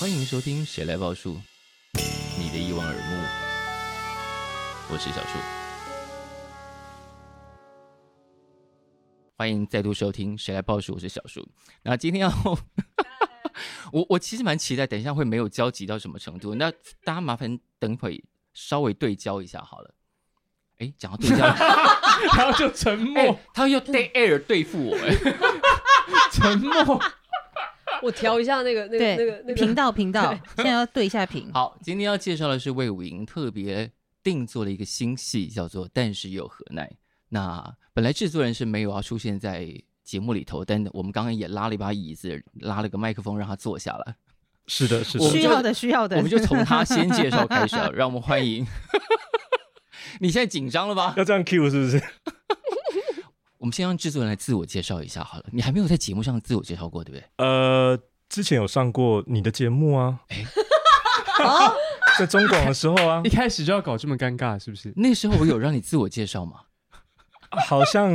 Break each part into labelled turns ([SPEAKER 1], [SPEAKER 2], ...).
[SPEAKER 1] 欢迎收听《谁来报数》，你的一望而目，我是小树。欢迎再度收听《谁来报数》，我是小树。那今天要，我我其实蛮期待，等一下会没有交集到什么程度。那大家麻烦等会稍微对焦一下好了。哎，讲到对焦，
[SPEAKER 2] 然后就沉默，
[SPEAKER 1] 哎，他又 day air 对付我，哎，
[SPEAKER 2] 沉默。
[SPEAKER 3] 我调一下那个那个
[SPEAKER 4] 对
[SPEAKER 3] 那个那个
[SPEAKER 4] 频道频道，现在要对一下频。
[SPEAKER 1] 好，今天要介绍的是魏武营特别定做了一个新戏，叫做《但是又何奈》。那本来制作人是没有要出现在节目里头，但我们刚刚也拉了一把椅子，拉了个麦克风让他坐下了。
[SPEAKER 2] 是的，是
[SPEAKER 1] 我们
[SPEAKER 4] 需
[SPEAKER 1] 就
[SPEAKER 4] 要的需要的，
[SPEAKER 1] 我们就从他先介绍开始啊，让我们欢迎。你现在紧张了吧？
[SPEAKER 2] 要这样 Q 是不是？
[SPEAKER 1] 我们先让制作人来自我介绍一下好了。你还没有在节目上自我介绍过，对不对？
[SPEAKER 2] 呃，之前有上过你的节目啊，
[SPEAKER 4] 哦
[SPEAKER 2] 在中广的时候啊
[SPEAKER 5] 一，开始就要搞这么尴尬，是不是？
[SPEAKER 1] 那时候我有让你自我介绍吗？
[SPEAKER 2] 好像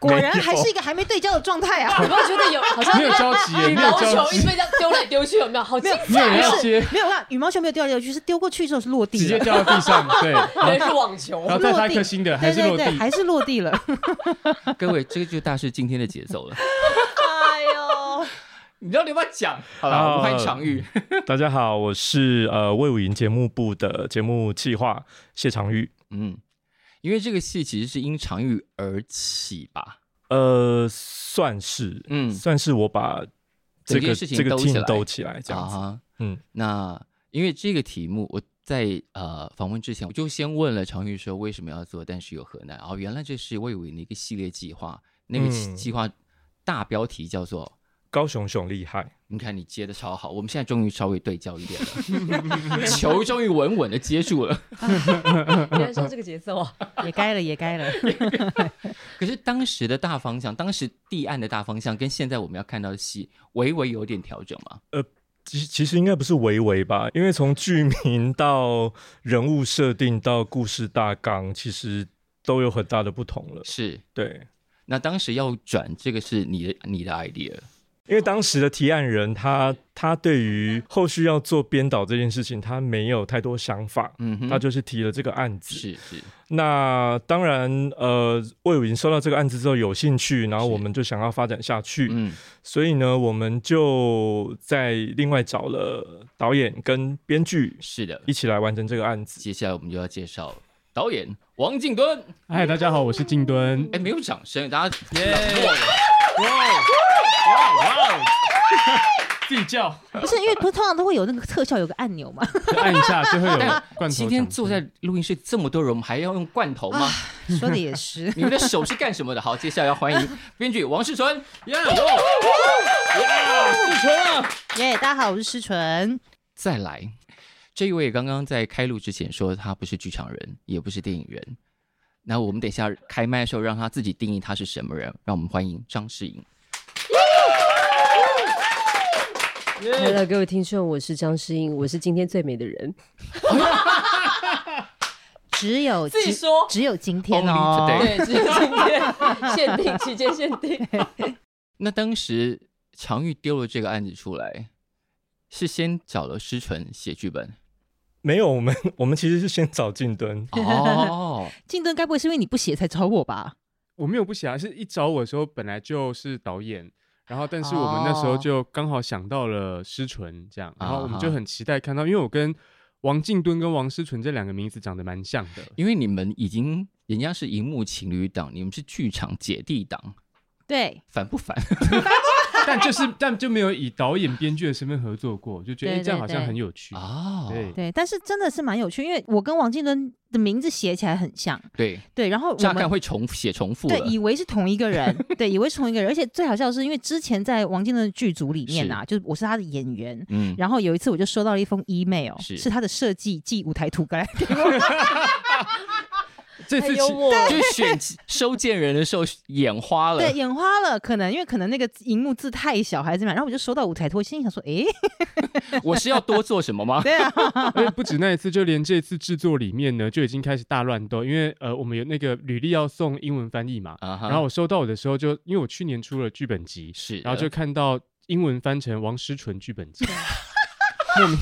[SPEAKER 4] 果然还是一个还没对焦的状态
[SPEAKER 3] 我
[SPEAKER 4] 啊，
[SPEAKER 3] 刚刚觉得有好像
[SPEAKER 5] 没有交集耶，没有
[SPEAKER 3] 毛
[SPEAKER 5] 交
[SPEAKER 3] 球一
[SPEAKER 5] 集
[SPEAKER 3] 直，被这样丢来丢去，有没有？好精
[SPEAKER 5] 没有人
[SPEAKER 3] 彩
[SPEAKER 5] 要
[SPEAKER 3] 哦！
[SPEAKER 5] 接，
[SPEAKER 4] 没有啦，羽毛球没有掉下去，是丢过去之后是落
[SPEAKER 5] 直
[SPEAKER 4] 地
[SPEAKER 5] 接
[SPEAKER 4] 了，
[SPEAKER 5] 掉到地上，对，然
[SPEAKER 3] 原
[SPEAKER 5] 后
[SPEAKER 3] 来是网球
[SPEAKER 5] 然，后再发一颗新的，还
[SPEAKER 4] 对
[SPEAKER 5] 是
[SPEAKER 4] 对
[SPEAKER 5] 落
[SPEAKER 4] 对，
[SPEAKER 5] 地。
[SPEAKER 4] 还是落地了。
[SPEAKER 1] 各位，这个就是大师今天的节奏了。
[SPEAKER 4] 哎呦，
[SPEAKER 1] 你到底要不要讲？好
[SPEAKER 2] 好
[SPEAKER 1] 了，我们欢迎常玉。
[SPEAKER 2] 大家好，我是呃魏武营节目部的节目企划谢长玉。
[SPEAKER 1] 嗯，因为这个戏其实是因常玉而起吧？
[SPEAKER 2] 呃，算是，
[SPEAKER 1] 嗯
[SPEAKER 2] 嗯，算是我把
[SPEAKER 1] 整
[SPEAKER 2] 这
[SPEAKER 1] 件
[SPEAKER 2] 个
[SPEAKER 1] 事情
[SPEAKER 2] 这个
[SPEAKER 1] 兜起
[SPEAKER 2] team
[SPEAKER 1] 来
[SPEAKER 2] 兜起来，这样子。
[SPEAKER 1] 啊，
[SPEAKER 2] 嗯，
[SPEAKER 1] 那因为这个题目，我在呃访问之前，我就先问了常玉说为什么要做，但是有何奈？哦，原来这是魏武营的一个系列计划，那个
[SPEAKER 2] 嗯
[SPEAKER 1] 计划大标题叫做。
[SPEAKER 2] 高雄熊厉害，
[SPEAKER 1] 你看你接的超好，我们现在终于稍微对焦一点了，球终于稳稳的接住了。
[SPEAKER 3] 原来是这个节奏啊！
[SPEAKER 4] 也该了，也该了。
[SPEAKER 1] 可是当时的大方向，当时地岸的大方向跟现在我们要看到的戏，微微有点调整嘛。
[SPEAKER 2] 其实其实应该不是维维吧，因为从剧名到人物设定到故事大纲，其实都有很大的不同了。
[SPEAKER 1] 是，
[SPEAKER 2] 对，
[SPEAKER 1] 那当时要转这个是你的你的 idea，
[SPEAKER 2] 因为当时的提案人他他对于后续要做编导这件事情，他没有太多想法，
[SPEAKER 1] 嗯哼
[SPEAKER 2] 他就是提了这个案子。
[SPEAKER 1] 是是
[SPEAKER 2] 那当然，呃，魏武营收到这个案子之后有兴趣，然后
[SPEAKER 1] 是
[SPEAKER 2] 我们就想要发展下去，
[SPEAKER 1] 嗯
[SPEAKER 2] 所以呢，我们就在另外找了导演跟编剧
[SPEAKER 1] 是的。
[SPEAKER 2] 一起来完成这个案子。
[SPEAKER 1] 接下来我们就要介绍导演王静敦，
[SPEAKER 5] 嗨，大家好，我是静敦。
[SPEAKER 1] 哎，没有掌声，大家
[SPEAKER 5] 耶
[SPEAKER 1] 冷漠了。
[SPEAKER 5] 哇哇哇！自己叫，
[SPEAKER 4] 不是因为不是通常都会有那个特效有个按钮嘛？
[SPEAKER 5] 按一下就会有罐头。
[SPEAKER 1] 哎今天坐在录音室这么多人，我们还要用罐头吗？
[SPEAKER 4] 说的也是，
[SPEAKER 1] 你们的手是干什么的？好，接下来要欢迎编剧王世纯，耶，世纯啊！
[SPEAKER 4] 耶！大家好，我是诗纯。
[SPEAKER 1] 再来，这一位刚刚在开录之前说他不是剧场人，也不是电影人。那我们等一下开麦的时候，让他自己定义他是什么人。让我们欢迎张世颖。
[SPEAKER 3] Hello，各位听众，我是张诗颖，我是今天最美的人。
[SPEAKER 4] 只 有
[SPEAKER 3] 自己
[SPEAKER 4] 今
[SPEAKER 3] 说，
[SPEAKER 4] 只有今天
[SPEAKER 1] Only
[SPEAKER 4] 哦
[SPEAKER 1] today
[SPEAKER 3] 对，只有今天限定，期间限定。
[SPEAKER 1] 那当时常玉丢了这个案子出来，是先找了诗纯写剧 本
[SPEAKER 2] 没有，我们 我们其实是先找静敦，
[SPEAKER 1] 哦，
[SPEAKER 4] 静敦该不会是因为你不写才找我吧？
[SPEAKER 5] 我没有不写啊，是一找我的时候本来就是导演，然后但是我们那时候
[SPEAKER 4] 哦
[SPEAKER 5] 就刚好想到了诗纯这样，然后我
[SPEAKER 1] 啊
[SPEAKER 5] 们
[SPEAKER 1] 哈
[SPEAKER 5] 就很期待看到，因为我跟王静敦跟王诗纯这两个名字长得蛮像的。
[SPEAKER 1] 因为你们已经人家是荧幕情侣档，你们是剧场姐弟档，
[SPEAKER 4] 对，
[SPEAKER 1] 烦不 烦？
[SPEAKER 5] 但就是但就没有以导演、编剧的身份合作过，就觉得
[SPEAKER 4] 对
[SPEAKER 5] 诶这样
[SPEAKER 4] 对
[SPEAKER 5] 好像
[SPEAKER 4] 对
[SPEAKER 5] 很有趣。
[SPEAKER 1] 哦，
[SPEAKER 5] 对
[SPEAKER 4] 对，但是真的是蛮有趣，因为我跟王静敦的名字写起来很像，
[SPEAKER 1] 对，
[SPEAKER 4] 对，然后我
[SPEAKER 1] 乍
[SPEAKER 4] 们
[SPEAKER 1] 看会重写重复
[SPEAKER 4] 对
[SPEAKER 1] 了，
[SPEAKER 4] 以为是同一 个人，对，以为是同一个人，而且最好笑的是，因为之前在王静敦的剧组里面啊，就是我是他的演员。
[SPEAKER 1] 嗯，
[SPEAKER 4] 然后有一次我就收到了一封 email，
[SPEAKER 1] 是
[SPEAKER 4] 是他的设计寄舞台图过来给我，
[SPEAKER 5] 这
[SPEAKER 3] 太
[SPEAKER 5] 次
[SPEAKER 3] 幽
[SPEAKER 5] 其
[SPEAKER 3] 默了，
[SPEAKER 1] 就是选收件人的时候眼花了
[SPEAKER 4] 对，，眼花了，可能因为可能那个荧幕字太小还是怎么样，然后我就收到五台拖，心里想 说，诶，
[SPEAKER 1] 我是要多做什么吗？
[SPEAKER 4] 对啊，
[SPEAKER 5] 而且呃不止那一次，就连这次制作里面呢，就已经开始大乱斗，因为呃，我们有那个履历要送英文翻译嘛，
[SPEAKER 1] 啊哈，
[SPEAKER 5] 然后我收到我的时候就，因为我去年出了剧本集，
[SPEAKER 1] 是，
[SPEAKER 5] 然后就看到英文翻成王诗纯剧本集， 莫名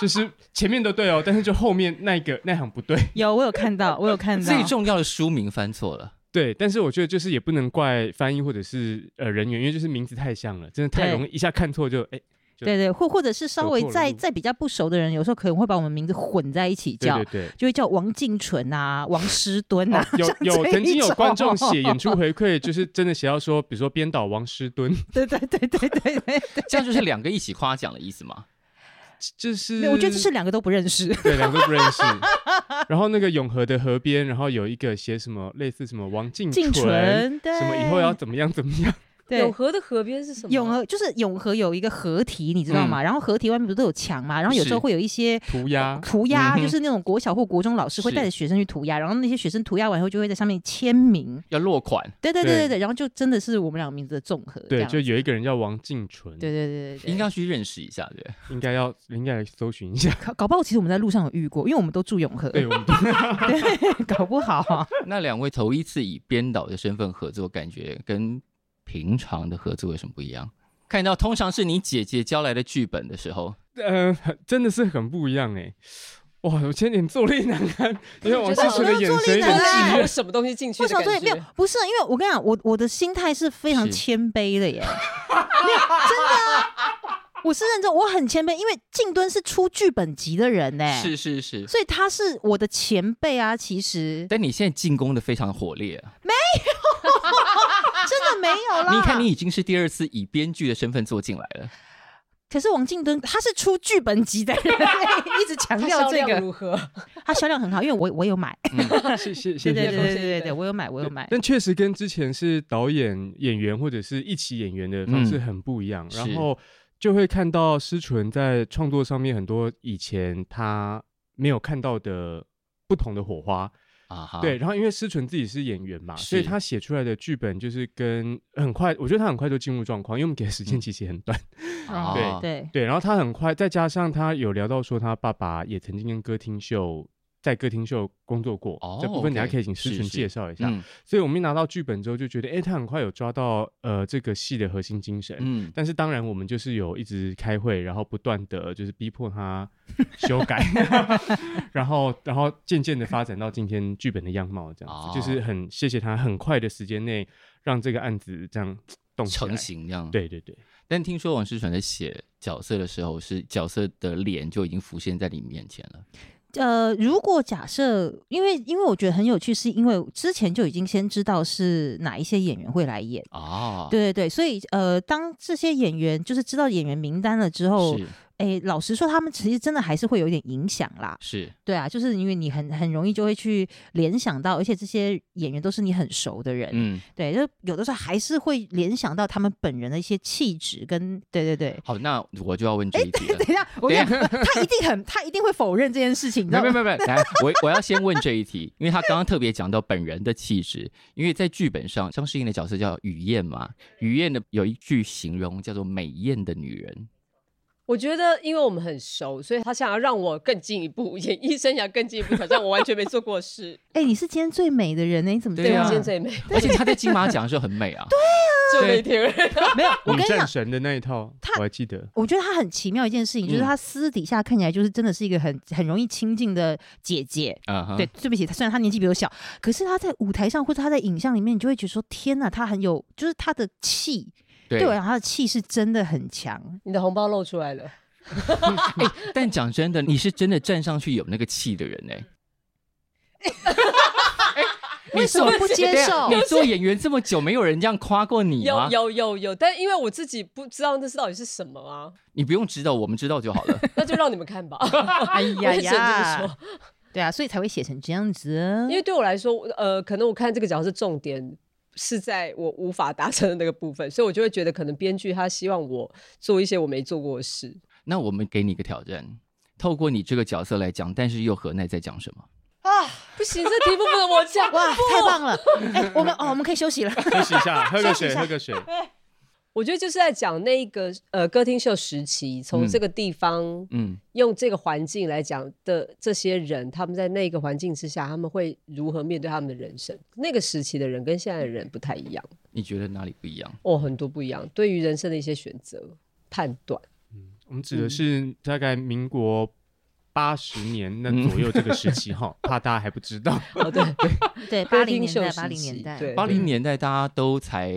[SPEAKER 5] 就是前面都对哦，但是就后面那一个那行不对，
[SPEAKER 4] 有我有看到，我有看到
[SPEAKER 1] 呃最，重要的书名翻错了，
[SPEAKER 5] 对，但是我觉得就是也不能怪翻译或者是呃人员，因为就是名字太像了，真的太
[SPEAKER 4] 对
[SPEAKER 5] 容易一下看错就哎、
[SPEAKER 4] 对对，或或者是稍微
[SPEAKER 5] 走错了
[SPEAKER 4] 再
[SPEAKER 5] 路
[SPEAKER 4] 再比较不熟的人，有时候可能会把我们名字混在一起
[SPEAKER 5] 对
[SPEAKER 4] 叫，
[SPEAKER 5] 对对。
[SPEAKER 4] 就会叫王静纯啊、王诗敦啊，
[SPEAKER 5] 有
[SPEAKER 4] 像
[SPEAKER 5] 有
[SPEAKER 4] 这
[SPEAKER 5] 曾经
[SPEAKER 4] 一
[SPEAKER 5] 有
[SPEAKER 4] 种
[SPEAKER 5] 观众写演出回馈，就是真的写到说，比如说编导王诗敦，
[SPEAKER 4] 对对对对对对，
[SPEAKER 1] 这样就是两个一起夸奖的意思吗？
[SPEAKER 5] 就是
[SPEAKER 4] 没有我觉
[SPEAKER 5] 嗯
[SPEAKER 4] 得这是两个都不认识。
[SPEAKER 5] 对两个都不认识。然后那个永和的河边，然后有一个写什么类似什么王静
[SPEAKER 4] 静
[SPEAKER 5] 什
[SPEAKER 4] 纯，对，
[SPEAKER 5] 么以后要怎么样怎么样，
[SPEAKER 4] 对
[SPEAKER 3] 永。和的河边是什么？
[SPEAKER 4] 永和就是永和有一个河堤，你知道
[SPEAKER 5] 嗯
[SPEAKER 4] 吗？然后河堤外面不是都有墙嘛？然后有时候
[SPEAKER 1] 是
[SPEAKER 4] 会有一些
[SPEAKER 5] 涂鸦
[SPEAKER 4] 涂鸦，
[SPEAKER 1] 嗯哼
[SPEAKER 4] 就是那种国小或国中老师会
[SPEAKER 1] 是
[SPEAKER 4] 带着学生去涂鸦，然后那些学生涂鸦完以后就会在上面签名。
[SPEAKER 1] 要落款，
[SPEAKER 4] 对对对
[SPEAKER 5] 对
[SPEAKER 4] 对对，然后就真的是我们两个名字的综合。这
[SPEAKER 5] 对，
[SPEAKER 4] 样
[SPEAKER 5] 就有一个人叫王静纯，
[SPEAKER 4] 对对对对对，
[SPEAKER 1] 应该要去认识一下，对。
[SPEAKER 5] 应该要应该来搜寻一下。
[SPEAKER 4] 搞搞不好，其实我们在路上有遇过，因为我们都住永和，
[SPEAKER 5] 对，我 们都
[SPEAKER 4] 搞不好啊、
[SPEAKER 1] 那两位头一次以编导的身份合作，感觉跟平常的合作有什么不一样？看到通常是你姐姐交来的剧本的时候，
[SPEAKER 5] 呃很真的是很不一样哎。哇！我前脸坐立难安，因为王诗纯的眼神有
[SPEAKER 4] 我没有坐立难
[SPEAKER 5] 点
[SPEAKER 4] 安
[SPEAKER 5] 戏
[SPEAKER 3] 投
[SPEAKER 5] 谑。
[SPEAKER 3] 什么东西进去
[SPEAKER 4] 我
[SPEAKER 3] 的
[SPEAKER 4] 想
[SPEAKER 3] 感
[SPEAKER 4] 说也没有
[SPEAKER 3] 觉？，
[SPEAKER 4] 不是，因为我跟你讲，我我的心态是非常
[SPEAKER 1] 是
[SPEAKER 4] 谦卑的耶，没有真的啊，我是认真，我很谦卑，因为静敦是出剧本集的人呢，
[SPEAKER 1] 是是是，
[SPEAKER 4] 所以他是我的前辈啊，其实
[SPEAKER 1] 但你现在进攻的非常火烈啊，
[SPEAKER 4] 真的没有啦。
[SPEAKER 1] 你看你已经是第二次以编剧的身份坐进来了，
[SPEAKER 4] 可是王静敦他是出剧本集的人，一直强
[SPEAKER 3] 他
[SPEAKER 4] 调
[SPEAKER 3] 销
[SPEAKER 4] 这
[SPEAKER 3] 量
[SPEAKER 4] 个，
[SPEAKER 3] 如何？
[SPEAKER 4] 他销量很好，因为我我有买，
[SPEAKER 1] 嗯
[SPEAKER 5] 谢谢谢
[SPEAKER 4] 对对
[SPEAKER 5] 谢
[SPEAKER 4] 对对对对，我有买，我有买。
[SPEAKER 5] 但确实跟之前是导演、演员或者是一起演员的方式
[SPEAKER 1] 嗯
[SPEAKER 5] 很不一样，
[SPEAKER 1] 是
[SPEAKER 5] 然后就会看到施纯在创作上面很多以前他没有看到的不同的火花。
[SPEAKER 1] 啊哈，
[SPEAKER 5] 对，，然后因为施纯自己是演员嘛，所以
[SPEAKER 1] 是
[SPEAKER 5] 他写出来的剧本就是跟很快，我觉得他很快就进入状况，因为我们给的时间
[SPEAKER 1] 嗯
[SPEAKER 5] 其实也很短。
[SPEAKER 1] 啊
[SPEAKER 5] 对
[SPEAKER 4] 哦对
[SPEAKER 5] 对，然后他很快，再加上他有聊到说他爸爸也曾经跟歌厅秀。在歌厅秀工作过，
[SPEAKER 1] 哦
[SPEAKER 5] 这部分等下
[SPEAKER 1] OK，
[SPEAKER 5] 可以请施
[SPEAKER 1] 是
[SPEAKER 5] 纯
[SPEAKER 1] 是
[SPEAKER 5] 介绍一下。
[SPEAKER 1] 嗯
[SPEAKER 5] 所以我们一拿到剧本之后就觉得，哎、他很快有抓到呃这个戏的核心精神。
[SPEAKER 1] 嗯，
[SPEAKER 5] 但是当然，我们就是有一直开会，然后不断的就是逼迫他修 改，然后然后渐渐的发展到今天剧本的样貌这样子，就是
[SPEAKER 1] 哦
[SPEAKER 5] 很谢谢他很快的时间内让这个案子这样动起来
[SPEAKER 1] 成。型这样。，
[SPEAKER 5] 对对对，
[SPEAKER 1] 但听说王诗纯在写角色的时候，是角色的脸就已经浮现在你面前了。
[SPEAKER 4] 呃，如果假设，因为因为我觉得很有趣，是因为之前就已经先知道是哪一些演员会来演。
[SPEAKER 1] 哦，，
[SPEAKER 4] 对对对，所以呃，当这些演员就是知道演员名单了之后，
[SPEAKER 1] 是
[SPEAKER 4] 哎，老实说，他们其实真的还是会有一点影响啦。
[SPEAKER 1] 是，
[SPEAKER 4] 对啊，就是因为你很很容易就会去联想到，而且这些演员都是你很熟的人，
[SPEAKER 1] 嗯，
[SPEAKER 4] 对，就有的时候还是会联想到他们本人的一些气质跟，对对 对。
[SPEAKER 1] 好，那我就要问这一 题了。
[SPEAKER 4] 等一下，我跟你讲，他一定很，他一定会否认这件事情，你知
[SPEAKER 1] 没
[SPEAKER 4] 道
[SPEAKER 1] 有没
[SPEAKER 4] 吗？
[SPEAKER 1] 有没有，来，我我要先问这一题，因为他刚刚特别讲到本人的气质，因为在剧本上，张诗颖的角色叫雨燕嘛，雨燕的有一句形容叫做美艳的女人，
[SPEAKER 3] 我觉得，因为我们很熟，所以他想要让我更进一步，演艺生涯更进一步挑战我完全没做过的事。
[SPEAKER 4] 哎、你是今天最美的人呢、你怎么这
[SPEAKER 1] 对啊
[SPEAKER 4] 样？
[SPEAKER 3] 我今天最美，
[SPEAKER 1] 而且她在金马奖的时候很美啊，对，
[SPEAKER 3] 就那一天 而已。
[SPEAKER 4] 没有，啊我
[SPEAKER 5] 女
[SPEAKER 4] 跟你
[SPEAKER 5] 战
[SPEAKER 4] 讲，
[SPEAKER 5] 神的那一套，
[SPEAKER 4] 他
[SPEAKER 5] 我还记得。
[SPEAKER 4] 我觉得她很奇妙一件事情，就是
[SPEAKER 1] 嗯
[SPEAKER 4] 她私底下看起来就是真的是一个很很容易亲近的姐姐。
[SPEAKER 1] 嗯哼
[SPEAKER 4] 对，，对不起，她虽然她年纪比我小，可是她在舞台上或者她在影像里面，你就会觉得说，天呐，她很有，就是她的气，对啊我来讲，她的气是真的很强。
[SPEAKER 3] 你的红包露出来了，
[SPEAKER 1] 但讲真的，你是真的站上去有那个气的人 哎、哎你
[SPEAKER 4] 为什么
[SPEAKER 1] 做啊
[SPEAKER 4] 不接受
[SPEAKER 1] 你做演员这么久，没有人这样夸过你
[SPEAKER 3] 有
[SPEAKER 1] 吗？
[SPEAKER 3] 有有有，但因为我自己不知道那是到底是什么啊，
[SPEAKER 1] 你不用知道，我们知道就好了。
[SPEAKER 3] 那就让你们看 吧。
[SPEAKER 4] 哎
[SPEAKER 3] 我也忍住不说，
[SPEAKER 4] 对啊，所以才会写成这样子。
[SPEAKER 3] 因为对我来说，呃，可能我看这个角色重点是在我无法达成的那个部分，所以我就会觉得可能编剧他希望我做一些我没做过的事。
[SPEAKER 1] 那我们给你一个挑战，透过你这个角色来讲，但是又何奈在讲什么？
[SPEAKER 3] 不行，这题目不能我讲。
[SPEAKER 4] 哇，太 棒了！哎、我们哦，我们可以休息了。
[SPEAKER 5] 休息一下，喝个
[SPEAKER 4] 休息一
[SPEAKER 5] 水，
[SPEAKER 4] 下
[SPEAKER 5] 喝个水。
[SPEAKER 3] 我觉得就是在讲那个呃歌厅秀时期，从
[SPEAKER 1] 嗯
[SPEAKER 3] 这个地方、
[SPEAKER 1] 嗯
[SPEAKER 3] 用这个环境来讲的这些人，他们在那个环境之下，他们会如何面对他们的人生？那个时期的人跟现在的人不太一样
[SPEAKER 1] 你觉得哪里不一样？
[SPEAKER 3] 哦，很多不一样。对于人生的一些选择、判断，
[SPEAKER 5] 我们指
[SPEAKER 4] 嗯
[SPEAKER 5] 的是大概民国八十年
[SPEAKER 4] 嗯
[SPEAKER 5] 那左右这个时期哈，怕大家还不知道。
[SPEAKER 3] 哦，对，
[SPEAKER 4] 对，八
[SPEAKER 3] 歌
[SPEAKER 4] 零
[SPEAKER 3] 厅
[SPEAKER 4] 年
[SPEAKER 3] 秀
[SPEAKER 4] 代，
[SPEAKER 3] 时
[SPEAKER 4] 八零
[SPEAKER 3] 期
[SPEAKER 4] 年代，
[SPEAKER 3] 对
[SPEAKER 1] 八零年代大家都才，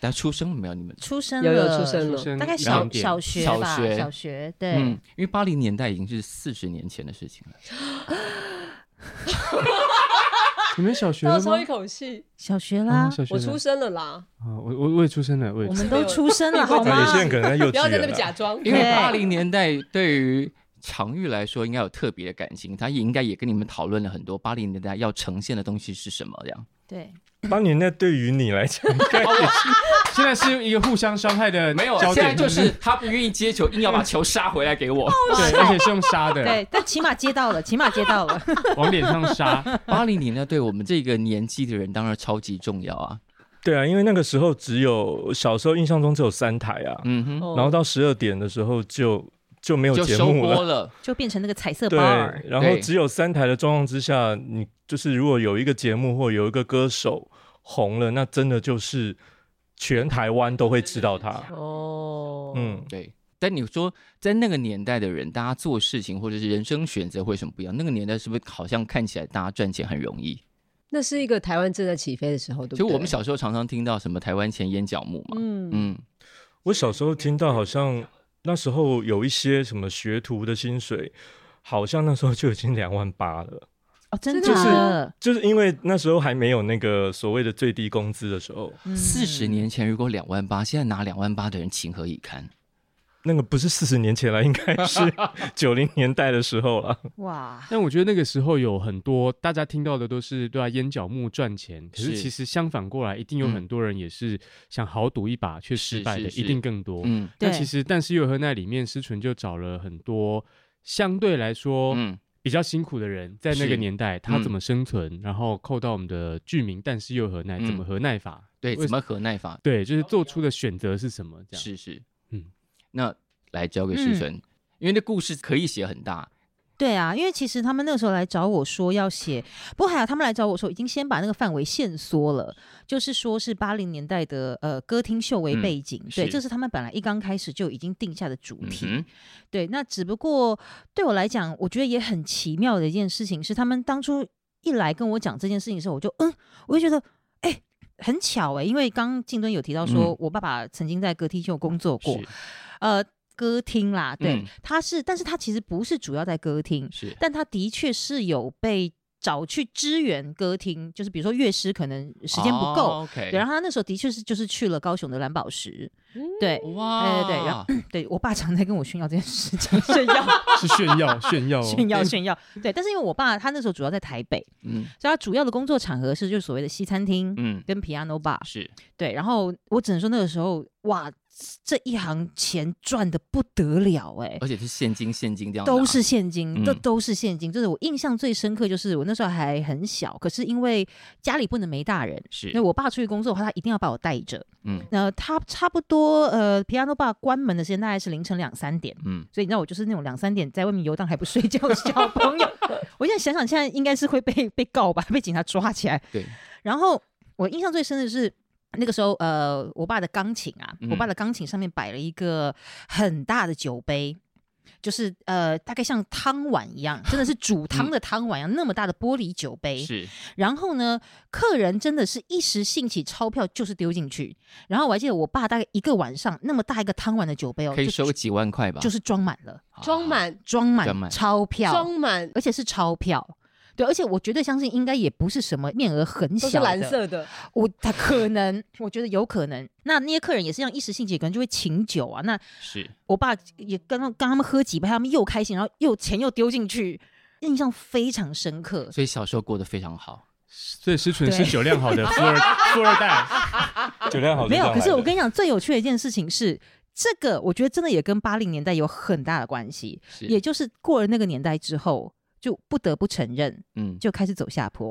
[SPEAKER 1] 大家出生了没有？你们
[SPEAKER 4] 出生
[SPEAKER 3] 有有
[SPEAKER 4] 了
[SPEAKER 3] 出生
[SPEAKER 5] 出
[SPEAKER 3] 了，
[SPEAKER 5] 生
[SPEAKER 4] 大概
[SPEAKER 5] 一
[SPEAKER 4] 小
[SPEAKER 5] 两点
[SPEAKER 4] 小学
[SPEAKER 1] 小
[SPEAKER 4] 吧，
[SPEAKER 1] 学
[SPEAKER 4] 小学对。
[SPEAKER 1] 嗯，因为八零年代已经是四十年前的事情了。
[SPEAKER 5] 你们小学
[SPEAKER 3] 倒
[SPEAKER 5] 了
[SPEAKER 3] 抽
[SPEAKER 5] 吗
[SPEAKER 3] 一？口气，
[SPEAKER 4] 小学
[SPEAKER 1] 嗯
[SPEAKER 4] 啦
[SPEAKER 5] 啊，，小学
[SPEAKER 3] 我
[SPEAKER 5] 了
[SPEAKER 3] 出生了啦！
[SPEAKER 5] 啊，我我我也出生了，我也
[SPEAKER 4] 我
[SPEAKER 5] 出生
[SPEAKER 4] 们
[SPEAKER 5] 了
[SPEAKER 4] 都出生了，好
[SPEAKER 2] 那
[SPEAKER 4] 吗
[SPEAKER 2] 有？些人可能在幼
[SPEAKER 3] 不要
[SPEAKER 2] 稚
[SPEAKER 3] 在那边
[SPEAKER 2] 园啊
[SPEAKER 3] 假
[SPEAKER 2] 啦。
[SPEAKER 3] 装，
[SPEAKER 1] 因为
[SPEAKER 4] 对
[SPEAKER 1] 八零年代对于常玉来说，应该有特别的感情，他也应该也跟你们讨论了很多八零年代要呈现的东西是什么。这样，
[SPEAKER 4] 对，
[SPEAKER 2] 八年代对于你来讲，
[SPEAKER 5] 现在是一个互相伤害的没有焦
[SPEAKER 1] 啊现在
[SPEAKER 5] 点，
[SPEAKER 1] 就是他不愿意接球，硬要把球杀回来给我。
[SPEAKER 5] 对，而且是用杀的，
[SPEAKER 2] 啊
[SPEAKER 4] 对，但起码接到了，起码接到 了。
[SPEAKER 5] 往脸上杀。
[SPEAKER 1] 八零年代对我们这个年纪的人当然超级重要啊。
[SPEAKER 2] 对啊，因为那个时候只有小时候印象中只有三台啊，
[SPEAKER 1] 嗯哼，
[SPEAKER 3] 哦
[SPEAKER 2] 然后到十二点的时候就就没有
[SPEAKER 1] 就
[SPEAKER 2] 节
[SPEAKER 1] 收
[SPEAKER 2] 目
[SPEAKER 1] 播
[SPEAKER 2] 了。
[SPEAKER 1] 了。
[SPEAKER 4] 就变成那个彩色
[SPEAKER 2] 对
[SPEAKER 4] bar，，
[SPEAKER 2] 然后只有三台的状况之下，你就是如果有一个节目或有一个歌手红了，那真的就是全台湾都会知道他。
[SPEAKER 3] 哦，
[SPEAKER 2] 嗯，
[SPEAKER 1] 对，但你说在那个年代的人，大家做事情或者是人生选择会有什么不一样？那个年代是不是好像看起来大家赚钱很容易？
[SPEAKER 3] 那是一个台湾正在起飞的时候，对不
[SPEAKER 1] 就
[SPEAKER 3] 对？
[SPEAKER 1] 我们小时候常常听到什么台湾前烟角木嘛，
[SPEAKER 3] 嗯
[SPEAKER 1] 嗯，
[SPEAKER 2] 我小时候听到好像那时候有一些什么学徒的薪水，好像那时候就已经两万八了。
[SPEAKER 4] 哦，真
[SPEAKER 3] 就是
[SPEAKER 4] 的，
[SPEAKER 2] 就是因为那时候还没有那个所谓的最低工资的时候，
[SPEAKER 4] 嗯
[SPEAKER 1] 四十年前如果两万八，现在拿两万八的人情何以堪？
[SPEAKER 2] 那个不是四十年前了，应该 是九零年代的时候了。
[SPEAKER 4] 哇，
[SPEAKER 5] 但我觉得那个时候有很多大家听到的都是对啊，烟角木赚钱，可
[SPEAKER 1] 是
[SPEAKER 5] 是其实相反过来，一定有
[SPEAKER 1] 嗯
[SPEAKER 5] 很多人也是想豪赌一把却失
[SPEAKER 1] 是
[SPEAKER 5] 败
[SPEAKER 1] 是
[SPEAKER 5] 的，
[SPEAKER 1] 是
[SPEAKER 5] 一定更多。
[SPEAKER 1] 嗯
[SPEAKER 5] 那
[SPEAKER 4] 对
[SPEAKER 5] 其实，但是又和那里面，思纯就找了很多相对来说
[SPEAKER 1] 嗯，
[SPEAKER 5] 比较辛苦的人，在那
[SPEAKER 1] 是嗯
[SPEAKER 5] 个年代他怎么生存，然后扣到我们的剧名，但是又和奈
[SPEAKER 1] 嗯
[SPEAKER 5] 怎么和奈法？
[SPEAKER 1] 对，
[SPEAKER 5] 为
[SPEAKER 1] 怎么和耐法？
[SPEAKER 5] 对，就是做出的选择是什么？这样
[SPEAKER 1] 是是，
[SPEAKER 5] 嗯，
[SPEAKER 1] 那来交
[SPEAKER 4] 嗯
[SPEAKER 1] 给世纯，因为那故事可以写很大，
[SPEAKER 4] 对啊，因为其实他们那个时候来找我说要写，不过还好他们来找我说已经先把那个范围限缩了，就是说是八零年代的呃歌厅秀为
[SPEAKER 1] 嗯
[SPEAKER 4] 背景，
[SPEAKER 1] 是
[SPEAKER 4] 对，这是他们本来一刚开始就已经定下的主
[SPEAKER 1] 嗯
[SPEAKER 4] 题。
[SPEAKER 1] 哼，
[SPEAKER 4] 对，那只不过对我来讲，我觉得也很奇妙的一件事情是，他们当初一来跟我讲这件事情的时候，我就嗯，我就觉得哎、很巧哎、因为刚刚静敦有提到说，
[SPEAKER 1] 嗯
[SPEAKER 4] 我爸爸曾经在歌厅秀工作过，
[SPEAKER 1] 是
[SPEAKER 4] 呃，歌厅啦，对，
[SPEAKER 1] 嗯
[SPEAKER 4] 他是，但是他其实不是主要在歌厅，
[SPEAKER 1] 是，
[SPEAKER 4] 但他的确是有被找去支援歌厅，就是比如说乐师可能时间不够。
[SPEAKER 1] o k
[SPEAKER 4] 对，然后他那时候的确是就是去了高雄的蓝宝石，
[SPEAKER 3] 嗯
[SPEAKER 4] 对
[SPEAKER 1] 哇，
[SPEAKER 4] 哎对然后对我爸常在跟我炫耀这件事情， 炫耀
[SPEAKER 5] 是 炫耀炫耀、哦、
[SPEAKER 4] 炫耀炫耀。对，但是因为我爸他那时候主要在台北，
[SPEAKER 1] 嗯
[SPEAKER 4] 所以他主要的工作场合是就是所谓的西餐厅
[SPEAKER 1] 嗯，
[SPEAKER 4] 跟 piano bar。
[SPEAKER 1] 是，
[SPEAKER 4] 对，然后我只能说那个时候哇，这一行钱赚的不得了哎、
[SPEAKER 1] 而且是现金现金这样拿，
[SPEAKER 4] 都是现金，这
[SPEAKER 1] 嗯
[SPEAKER 4] 都是现金。就是我印象最深刻，就是我那时候还很小，可是因为家里不能没大人，
[SPEAKER 1] 是
[SPEAKER 4] 那，我爸出去工作的话，他一定要把我带着。
[SPEAKER 1] 嗯
[SPEAKER 4] 那他差不多呃，piano bar 关门的时间大概是凌晨两三点，
[SPEAKER 1] 嗯，
[SPEAKER 4] 所以你知道我就是那种两三点在外面游荡还不睡觉的小 朋友。我现在想想，现在应该是会被被告吧，被警察抓起来。
[SPEAKER 1] 对，
[SPEAKER 4] 然后我印象最深的是。那个时候，呃，我爸的钢琴啊，
[SPEAKER 1] 嗯
[SPEAKER 4] 我爸的钢琴上面摆了一个很大的酒杯，就是呃，大概像汤碗一样，真的是煮汤的汤碗一样，那么大的玻璃酒杯。
[SPEAKER 1] 嗯是，
[SPEAKER 4] 然后呢，客人真的是一时兴起，钞票就是丢进去。然后我还记得我爸大概一个晚上那么大一个汤碗的酒杯哦，
[SPEAKER 1] 可以
[SPEAKER 4] 就
[SPEAKER 1] 收几万块吧，
[SPEAKER 4] 就是装满了。
[SPEAKER 1] 啊
[SPEAKER 3] 装，满，
[SPEAKER 4] 装
[SPEAKER 1] 装
[SPEAKER 4] 满
[SPEAKER 1] 满
[SPEAKER 4] 钞票，
[SPEAKER 3] 装满，
[SPEAKER 4] 而且是钞票。对，而且我绝对相信，应该也不是什么面额很
[SPEAKER 3] 都是
[SPEAKER 4] 小的
[SPEAKER 3] 蓝，色的，
[SPEAKER 4] 我他 可能，我觉得有可能。那那些客人也是这样一时兴起，可能就会请酒啊。那
[SPEAKER 1] 是，
[SPEAKER 4] 我爸也跟他跟他们喝几杯，他们又开心，然后又钱又丢进去，印象非常深刻。
[SPEAKER 1] 所以小时候过得非常好，
[SPEAKER 5] 所以思纯是
[SPEAKER 4] 对
[SPEAKER 5] 酒量好的富二富二代，
[SPEAKER 1] 啊
[SPEAKER 2] 酒量好就
[SPEAKER 4] 没
[SPEAKER 2] 这
[SPEAKER 4] 有，
[SPEAKER 2] 样
[SPEAKER 4] 可是
[SPEAKER 2] 来
[SPEAKER 4] 我
[SPEAKER 2] 的
[SPEAKER 4] 跟你讲，最有趣的一件事情是，这个我觉得真的也跟八零年代有很大的关系，
[SPEAKER 1] 是
[SPEAKER 4] 也就是过了那个年代之后。就不得不承认，
[SPEAKER 1] 嗯，
[SPEAKER 4] 就开始走下坡。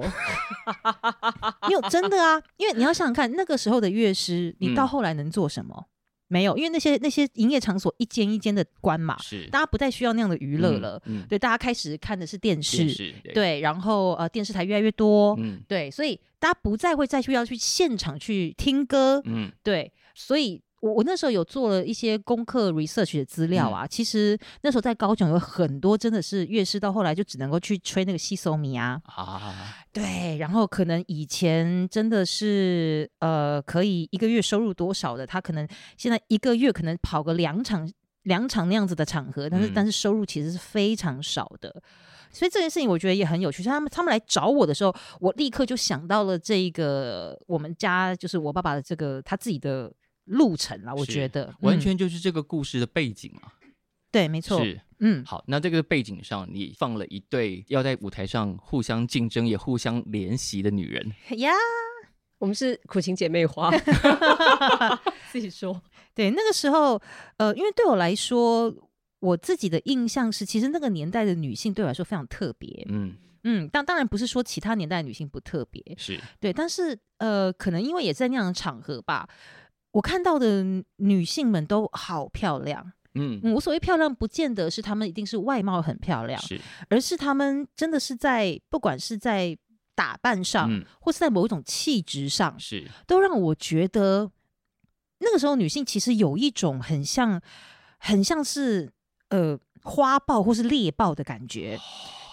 [SPEAKER 4] 没有真的啊，因为你要想想看，那个时候的乐师，你到
[SPEAKER 1] 嗯
[SPEAKER 4] 后来能做什么？没有，因为那些那些营业场所一间一间的关嘛，
[SPEAKER 1] 是
[SPEAKER 4] 大家不再需要那样的娱乐
[SPEAKER 1] 嗯
[SPEAKER 4] 了。
[SPEAKER 1] 嗯，
[SPEAKER 4] 对，大家开始看的是电视，
[SPEAKER 1] 电视，
[SPEAKER 4] 对，然后呃电视台越来越多，
[SPEAKER 1] 嗯
[SPEAKER 4] 对，所以大家不再会再去要去现场去听歌，
[SPEAKER 1] 嗯
[SPEAKER 4] 对，所以我我那时候有做了一些功课 research 的资
[SPEAKER 1] 嗯
[SPEAKER 4] 料啊，其实那时候在高雄有很多真的是乐师，到后来就只能够去吹那个西索米啊，
[SPEAKER 1] 啊，
[SPEAKER 4] 对，然后可能以前真的是呃可以一个月收入多少的，他可能现在一个月可能跑个两场。两场那样子的场合，但是、但
[SPEAKER 1] 嗯
[SPEAKER 4] 是收入其实是非常少的，所以这件事情我觉得也很有趣。像他们他们来找我的时候，我立刻就想到了这一个我们家就是我爸爸的这个他自己的路程啦。我
[SPEAKER 1] 是
[SPEAKER 4] 觉得
[SPEAKER 1] 完
[SPEAKER 4] 嗯
[SPEAKER 1] 全就是这个故事的背景嘛，
[SPEAKER 4] 对，没错，
[SPEAKER 1] 是
[SPEAKER 4] 嗯，
[SPEAKER 1] 好，那这个背景上，你放了一对要在舞台上互相竞争也互相怜惜的女人，
[SPEAKER 4] 呀、
[SPEAKER 3] 我们是苦情姐妹花，自己说。
[SPEAKER 4] 对，那个时候，呃，因为对我来说，我自己的印象是，其实那个年代的女性对我来说非常特别。
[SPEAKER 1] 嗯，
[SPEAKER 4] 嗯，但当然不是说其他年代的女性不特别，
[SPEAKER 1] 是
[SPEAKER 4] 对，但 是呃，可能因为也在那样的场合吧，我看到的女性们都好漂亮。
[SPEAKER 1] 嗯
[SPEAKER 4] 嗯，我所谓漂亮，不见得是她们一定是外貌很漂亮，
[SPEAKER 1] 是
[SPEAKER 4] 而是她们真的是在不管是在打扮上，
[SPEAKER 1] 嗯
[SPEAKER 4] 或是在某一种气质上，
[SPEAKER 1] 是
[SPEAKER 4] 都让我觉得那个时候女性其实有一种很像，很像是呃花豹或是猎豹的感觉。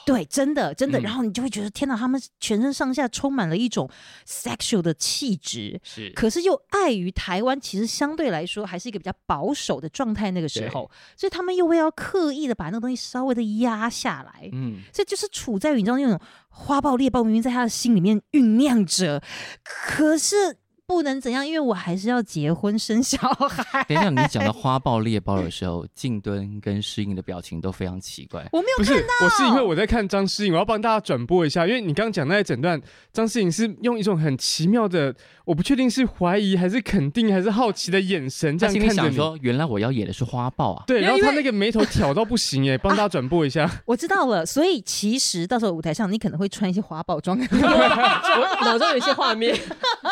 [SPEAKER 4] 对，真的，真的，
[SPEAKER 1] 嗯
[SPEAKER 4] 然后你就会觉得天哪，她们全身上下充满了一种 sexual 的气质，
[SPEAKER 1] 是，
[SPEAKER 4] 可是又碍于台湾其实相对来说还是一个比较保守的状态，那个时
[SPEAKER 1] 对
[SPEAKER 4] 候，所以他们又会要刻意的把那个东西稍微的压下来，
[SPEAKER 1] 嗯
[SPEAKER 4] 所以就是处在于你知道那种花豹猎豹明明在他的心里面酝酿着，可是不能怎样，因为我还是要结婚生小孩。
[SPEAKER 1] 等一下，你讲到花豹猎豹的时候，静敦跟诗颖的表情都非常奇怪。
[SPEAKER 4] 我没有
[SPEAKER 5] 不是，
[SPEAKER 4] 看
[SPEAKER 5] 我是因为我在看张诗颖，我要帮大家转播一下，因为你刚刚讲那一整段，张诗颖是用一种很奇妙的，我不确定是怀疑还是肯定还是好奇的眼神这
[SPEAKER 1] 他
[SPEAKER 5] 样
[SPEAKER 1] 心里
[SPEAKER 5] 看着
[SPEAKER 1] 想
[SPEAKER 5] 你。
[SPEAKER 1] 说，原来我要演的是花豹啊！
[SPEAKER 5] 对，
[SPEAKER 4] 没有
[SPEAKER 5] 然后
[SPEAKER 4] 因
[SPEAKER 5] 他
[SPEAKER 4] 为
[SPEAKER 5] 那个眉头挑到不行哎，帮大家转播一下。
[SPEAKER 4] 我知道了，所以其实到时候舞台上你可能会穿一些花豹装，
[SPEAKER 3] 我脑中有一些画面，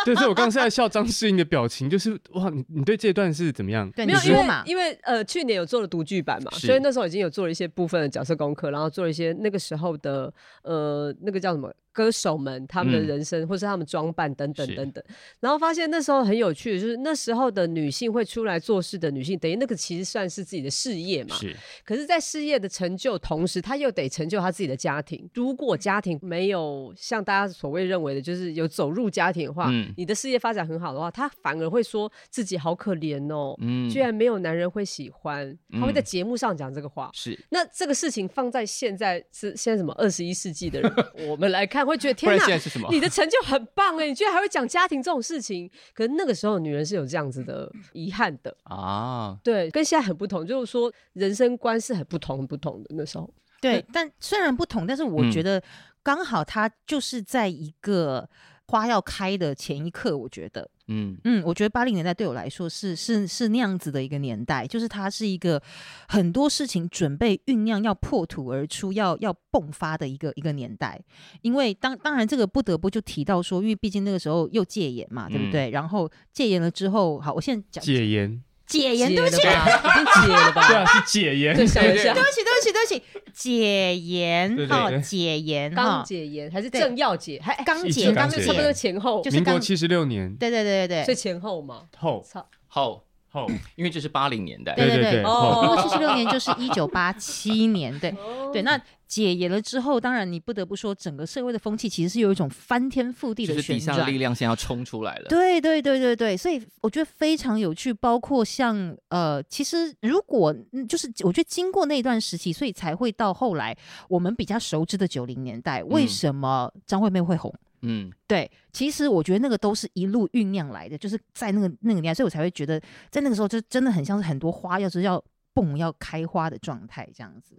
[SPEAKER 5] 对，所以我刚刚是在笑张诗颖的表情，就是哇，你你对这段是怎么样？
[SPEAKER 4] 对
[SPEAKER 3] 没有，
[SPEAKER 4] 你
[SPEAKER 3] 因
[SPEAKER 4] 说
[SPEAKER 3] 为
[SPEAKER 4] 嘛，
[SPEAKER 3] 因为呃，去年有做了独剧版嘛，
[SPEAKER 1] 是
[SPEAKER 3] 所以那时候已经有做了一些部分的角色功课，然后做了一些那个时候的呃，那个叫什么歌手们他们的
[SPEAKER 1] 嗯
[SPEAKER 3] 人生，或是他们装扮等等
[SPEAKER 1] 是
[SPEAKER 3] 等等，然后发现那时候很有趣的就是那时候的女性会出来做事的女性，等于那个其实算是自己的事业嘛，
[SPEAKER 1] 是
[SPEAKER 3] 可是，在事业的成就同时，她又得成就她自己的家庭。如果家庭没有像大家所谓认为的，就是有走入家庭的话，
[SPEAKER 1] 嗯
[SPEAKER 3] 你的事业发展很好的话，她反而会说自己好可怜哦，
[SPEAKER 1] 嗯
[SPEAKER 3] 居然没有男人会喜欢。她会在节目上讲这个话。
[SPEAKER 1] 是，
[SPEAKER 3] 那这个事情放在现在是现在什么二十一世纪 的人，我们来看会觉得
[SPEAKER 1] 不
[SPEAKER 3] 天
[SPEAKER 1] 然
[SPEAKER 3] 哪
[SPEAKER 1] 现，在是什么？
[SPEAKER 3] 你的成就很棒哎，你居然还会讲家庭这种事情。可是那个时候，女人是有这样子 的遗憾的。
[SPEAKER 1] 啊，
[SPEAKER 3] 对，跟现在很不同，就是说人生观是很不同、很不同的。那时候，
[SPEAKER 4] 对，但虽然不同，但是我
[SPEAKER 1] 嗯
[SPEAKER 4] 觉得刚好他就是在一个花要开的前一刻，我觉得，
[SPEAKER 1] 嗯
[SPEAKER 4] 嗯，我觉得八零年代对我来说是是是那样子的一个年代，就是它是一个很多事情准备酝酿要破土而出、要要迸发的一个一个年代。因为当当然这个不得不就提到说，因为毕竟那个时候又戒严嘛，对不
[SPEAKER 1] 嗯
[SPEAKER 4] 对？然后戒严了之后，好，我现在讲
[SPEAKER 5] 解严，
[SPEAKER 4] 戒严，对不起，
[SPEAKER 3] 解了吧，已经解了
[SPEAKER 5] 对啊，
[SPEAKER 3] 吧？
[SPEAKER 5] 是解严。
[SPEAKER 3] 对，想一
[SPEAKER 4] 对
[SPEAKER 3] 下
[SPEAKER 4] 不，起，对不起，对不起，戒
[SPEAKER 5] 对
[SPEAKER 4] 严
[SPEAKER 5] 对
[SPEAKER 4] 哦，
[SPEAKER 5] 对
[SPEAKER 4] 戒严
[SPEAKER 3] 刚
[SPEAKER 4] 哈，
[SPEAKER 3] 解严还是
[SPEAKER 4] 对
[SPEAKER 3] 正要解，还哎
[SPEAKER 4] 刚
[SPEAKER 5] 一
[SPEAKER 4] 解
[SPEAKER 5] 直
[SPEAKER 4] 刚
[SPEAKER 5] 刚
[SPEAKER 4] 解
[SPEAKER 5] 解
[SPEAKER 3] 差不多前后，
[SPEAKER 4] 就是
[SPEAKER 5] 民
[SPEAKER 4] 刚
[SPEAKER 5] 国七十六年
[SPEAKER 4] 对对对对
[SPEAKER 3] 所以
[SPEAKER 4] 对，
[SPEAKER 3] 前后嘛。
[SPEAKER 5] 后
[SPEAKER 3] 操，
[SPEAKER 1] 后，
[SPEAKER 5] 后，
[SPEAKER 1] 因为这是八零年代，
[SPEAKER 4] 对
[SPEAKER 5] 对
[SPEAKER 4] 对
[SPEAKER 5] 对
[SPEAKER 4] 对，
[SPEAKER 5] 对
[SPEAKER 3] 哦
[SPEAKER 4] 民国七十六年就是一九八七年，对。
[SPEAKER 1] 哦
[SPEAKER 4] 对，那解严了之后，当然你不得不说，整个社会的风气其实是有一种翻天覆地
[SPEAKER 1] 就
[SPEAKER 4] 的
[SPEAKER 1] 是
[SPEAKER 4] 旋
[SPEAKER 1] 底下的
[SPEAKER 4] 转
[SPEAKER 1] 力。量现在要冲出来了。
[SPEAKER 4] 对对对对对，所以我觉得非常有趣，包括像呃，其实如果嗯就是我觉得经过那段时期，所以才会到后来我们比较熟知的九零年代，为
[SPEAKER 1] 嗯
[SPEAKER 4] 什么张惠妹会红？
[SPEAKER 1] 嗯，
[SPEAKER 4] 对，其实我觉得那个都是一路酝酿来的，就是在那个那个年代，所以我才会觉得在那个时候就真的很像是很多花要是要蹦要开花的状态这样子。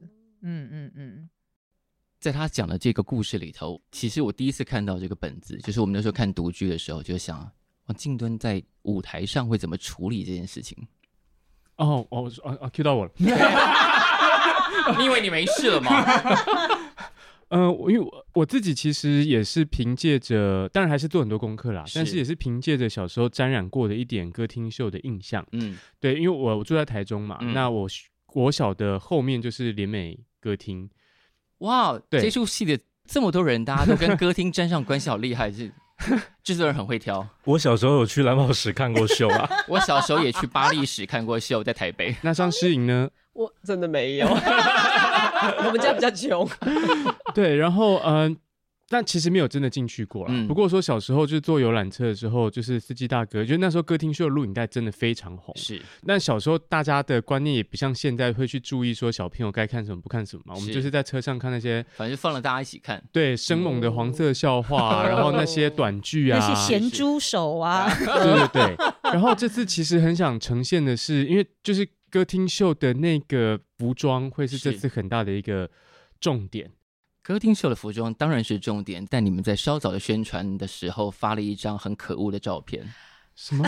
[SPEAKER 4] 嗯嗯嗯，
[SPEAKER 1] 在他讲的这个故事里头，其实我第一次看到这个本子，就是我们那时候看独居的时候，就想，哇，静敦在舞台上会怎么处理这件事情？
[SPEAKER 5] 哦哦哦哦，Q 到我了。
[SPEAKER 1] 你以为你没事了吗？
[SPEAKER 5] 呃，我因为我我自己其实也是凭借着，当然还是做很多功课啦，但
[SPEAKER 1] 是
[SPEAKER 5] 是也是凭借着小时候沾染过的一点歌厅秀的印象。
[SPEAKER 1] 嗯
[SPEAKER 5] 对，因为我我住在台中嘛，
[SPEAKER 1] 嗯
[SPEAKER 5] 那我学国小的后面就是联美歌厅，
[SPEAKER 1] 哇，
[SPEAKER 5] 对
[SPEAKER 1] 这出戏的这么多人，大家都跟歌厅沾上关系，好厉害！是制作人很会挑。
[SPEAKER 2] 我小时候有去蓝宝石看过秀 啊，
[SPEAKER 1] 我小时候也去巴黎史看过秀，在台北。
[SPEAKER 5] 那张诗颖呢？
[SPEAKER 3] 我真的没有， 我们家比较 穷。
[SPEAKER 5] 对，然后嗯、呃但其实没有真的进去过啦。
[SPEAKER 1] 嗯
[SPEAKER 5] 不过说小时候就是坐游览车的时候，就是司机大哥，就那时候歌厅秀的录影带真的非常红。
[SPEAKER 1] 是，
[SPEAKER 5] 那小时候大家的观念也不像现在会去注意说小朋友该看什么不看什么嘛，我们
[SPEAKER 1] 是
[SPEAKER 5] 就是在车上看那些
[SPEAKER 1] 反正放了大家一起看。
[SPEAKER 5] 对生猛的黄
[SPEAKER 1] 哦
[SPEAKER 5] 色笑话，啊然后那些短剧啊，
[SPEAKER 4] 那些咸猪手啊，
[SPEAKER 5] 对对对。然后这次其实很想呈现的是，因为就是歌厅秀的那个服装会是这
[SPEAKER 1] 是
[SPEAKER 5] 次很大的一个重点。
[SPEAKER 1] 歌厅秀的服装当然是重点，但你们在稍早的宣传的时候发了一张很可恶的照片，
[SPEAKER 5] 什么？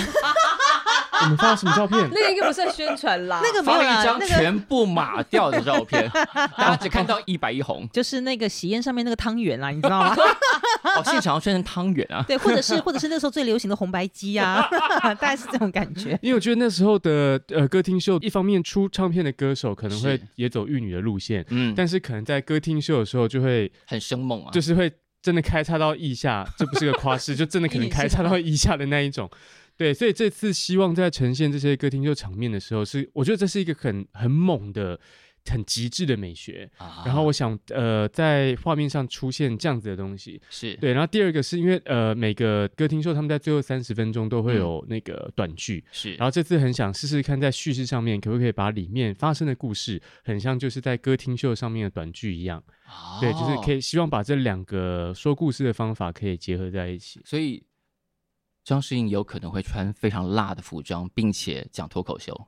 [SPEAKER 5] 你们发了什么照片？
[SPEAKER 3] 那个应该不算宣传啦，
[SPEAKER 4] 那个没
[SPEAKER 1] 发
[SPEAKER 4] 有
[SPEAKER 1] 了一
[SPEAKER 4] 啦
[SPEAKER 1] 张，
[SPEAKER 4] 那个
[SPEAKER 1] 全部马掉的照 片，大家只看到一白一红。
[SPEAKER 4] 就是那个喜宴上面那个汤圆啦，你知道吗？
[SPEAKER 1] 哦，现场要穿成汤圆 啊！
[SPEAKER 4] 对，或者是或者是那时候最流行的红白机啊， 大概是这种感觉。
[SPEAKER 5] 因为我觉得那时候的呃歌厅秀，一方面出唱片的歌手可能会
[SPEAKER 1] 是
[SPEAKER 5] 也走玉女的路线，
[SPEAKER 1] 嗯，
[SPEAKER 5] 但是可能在歌厅秀的时候就会
[SPEAKER 1] 很生猛啊，
[SPEAKER 5] 就是是会真的开叉到腋下， 这不是个夸饰，就真的可能开叉到腋下的那一种。对，所以这次希望在呈现这些歌厅秀场面的时候是，我觉得这是一个很很猛的、很极致的美学。
[SPEAKER 1] 啊
[SPEAKER 5] 然后我想，呃，在画面上出现这样子的东西，
[SPEAKER 1] 是
[SPEAKER 5] 对。然后第二个是因为，呃，每个歌厅秀他们在最后三十分钟都会
[SPEAKER 1] 嗯
[SPEAKER 5] 有那个短剧，
[SPEAKER 1] 是，哦
[SPEAKER 5] 然后这次很想试试看，在叙事上面可不可以把里面发生的故事，很像就是在歌厅秀上面的短剧一样，
[SPEAKER 1] 后
[SPEAKER 5] 对，就是可
[SPEAKER 3] 哦
[SPEAKER 1] 以，
[SPEAKER 5] 以希望把这两个说故事的方法可以结合在一起。
[SPEAKER 1] 所以张诗颖有可能会穿非常辣的服装，并且讲脱口秀。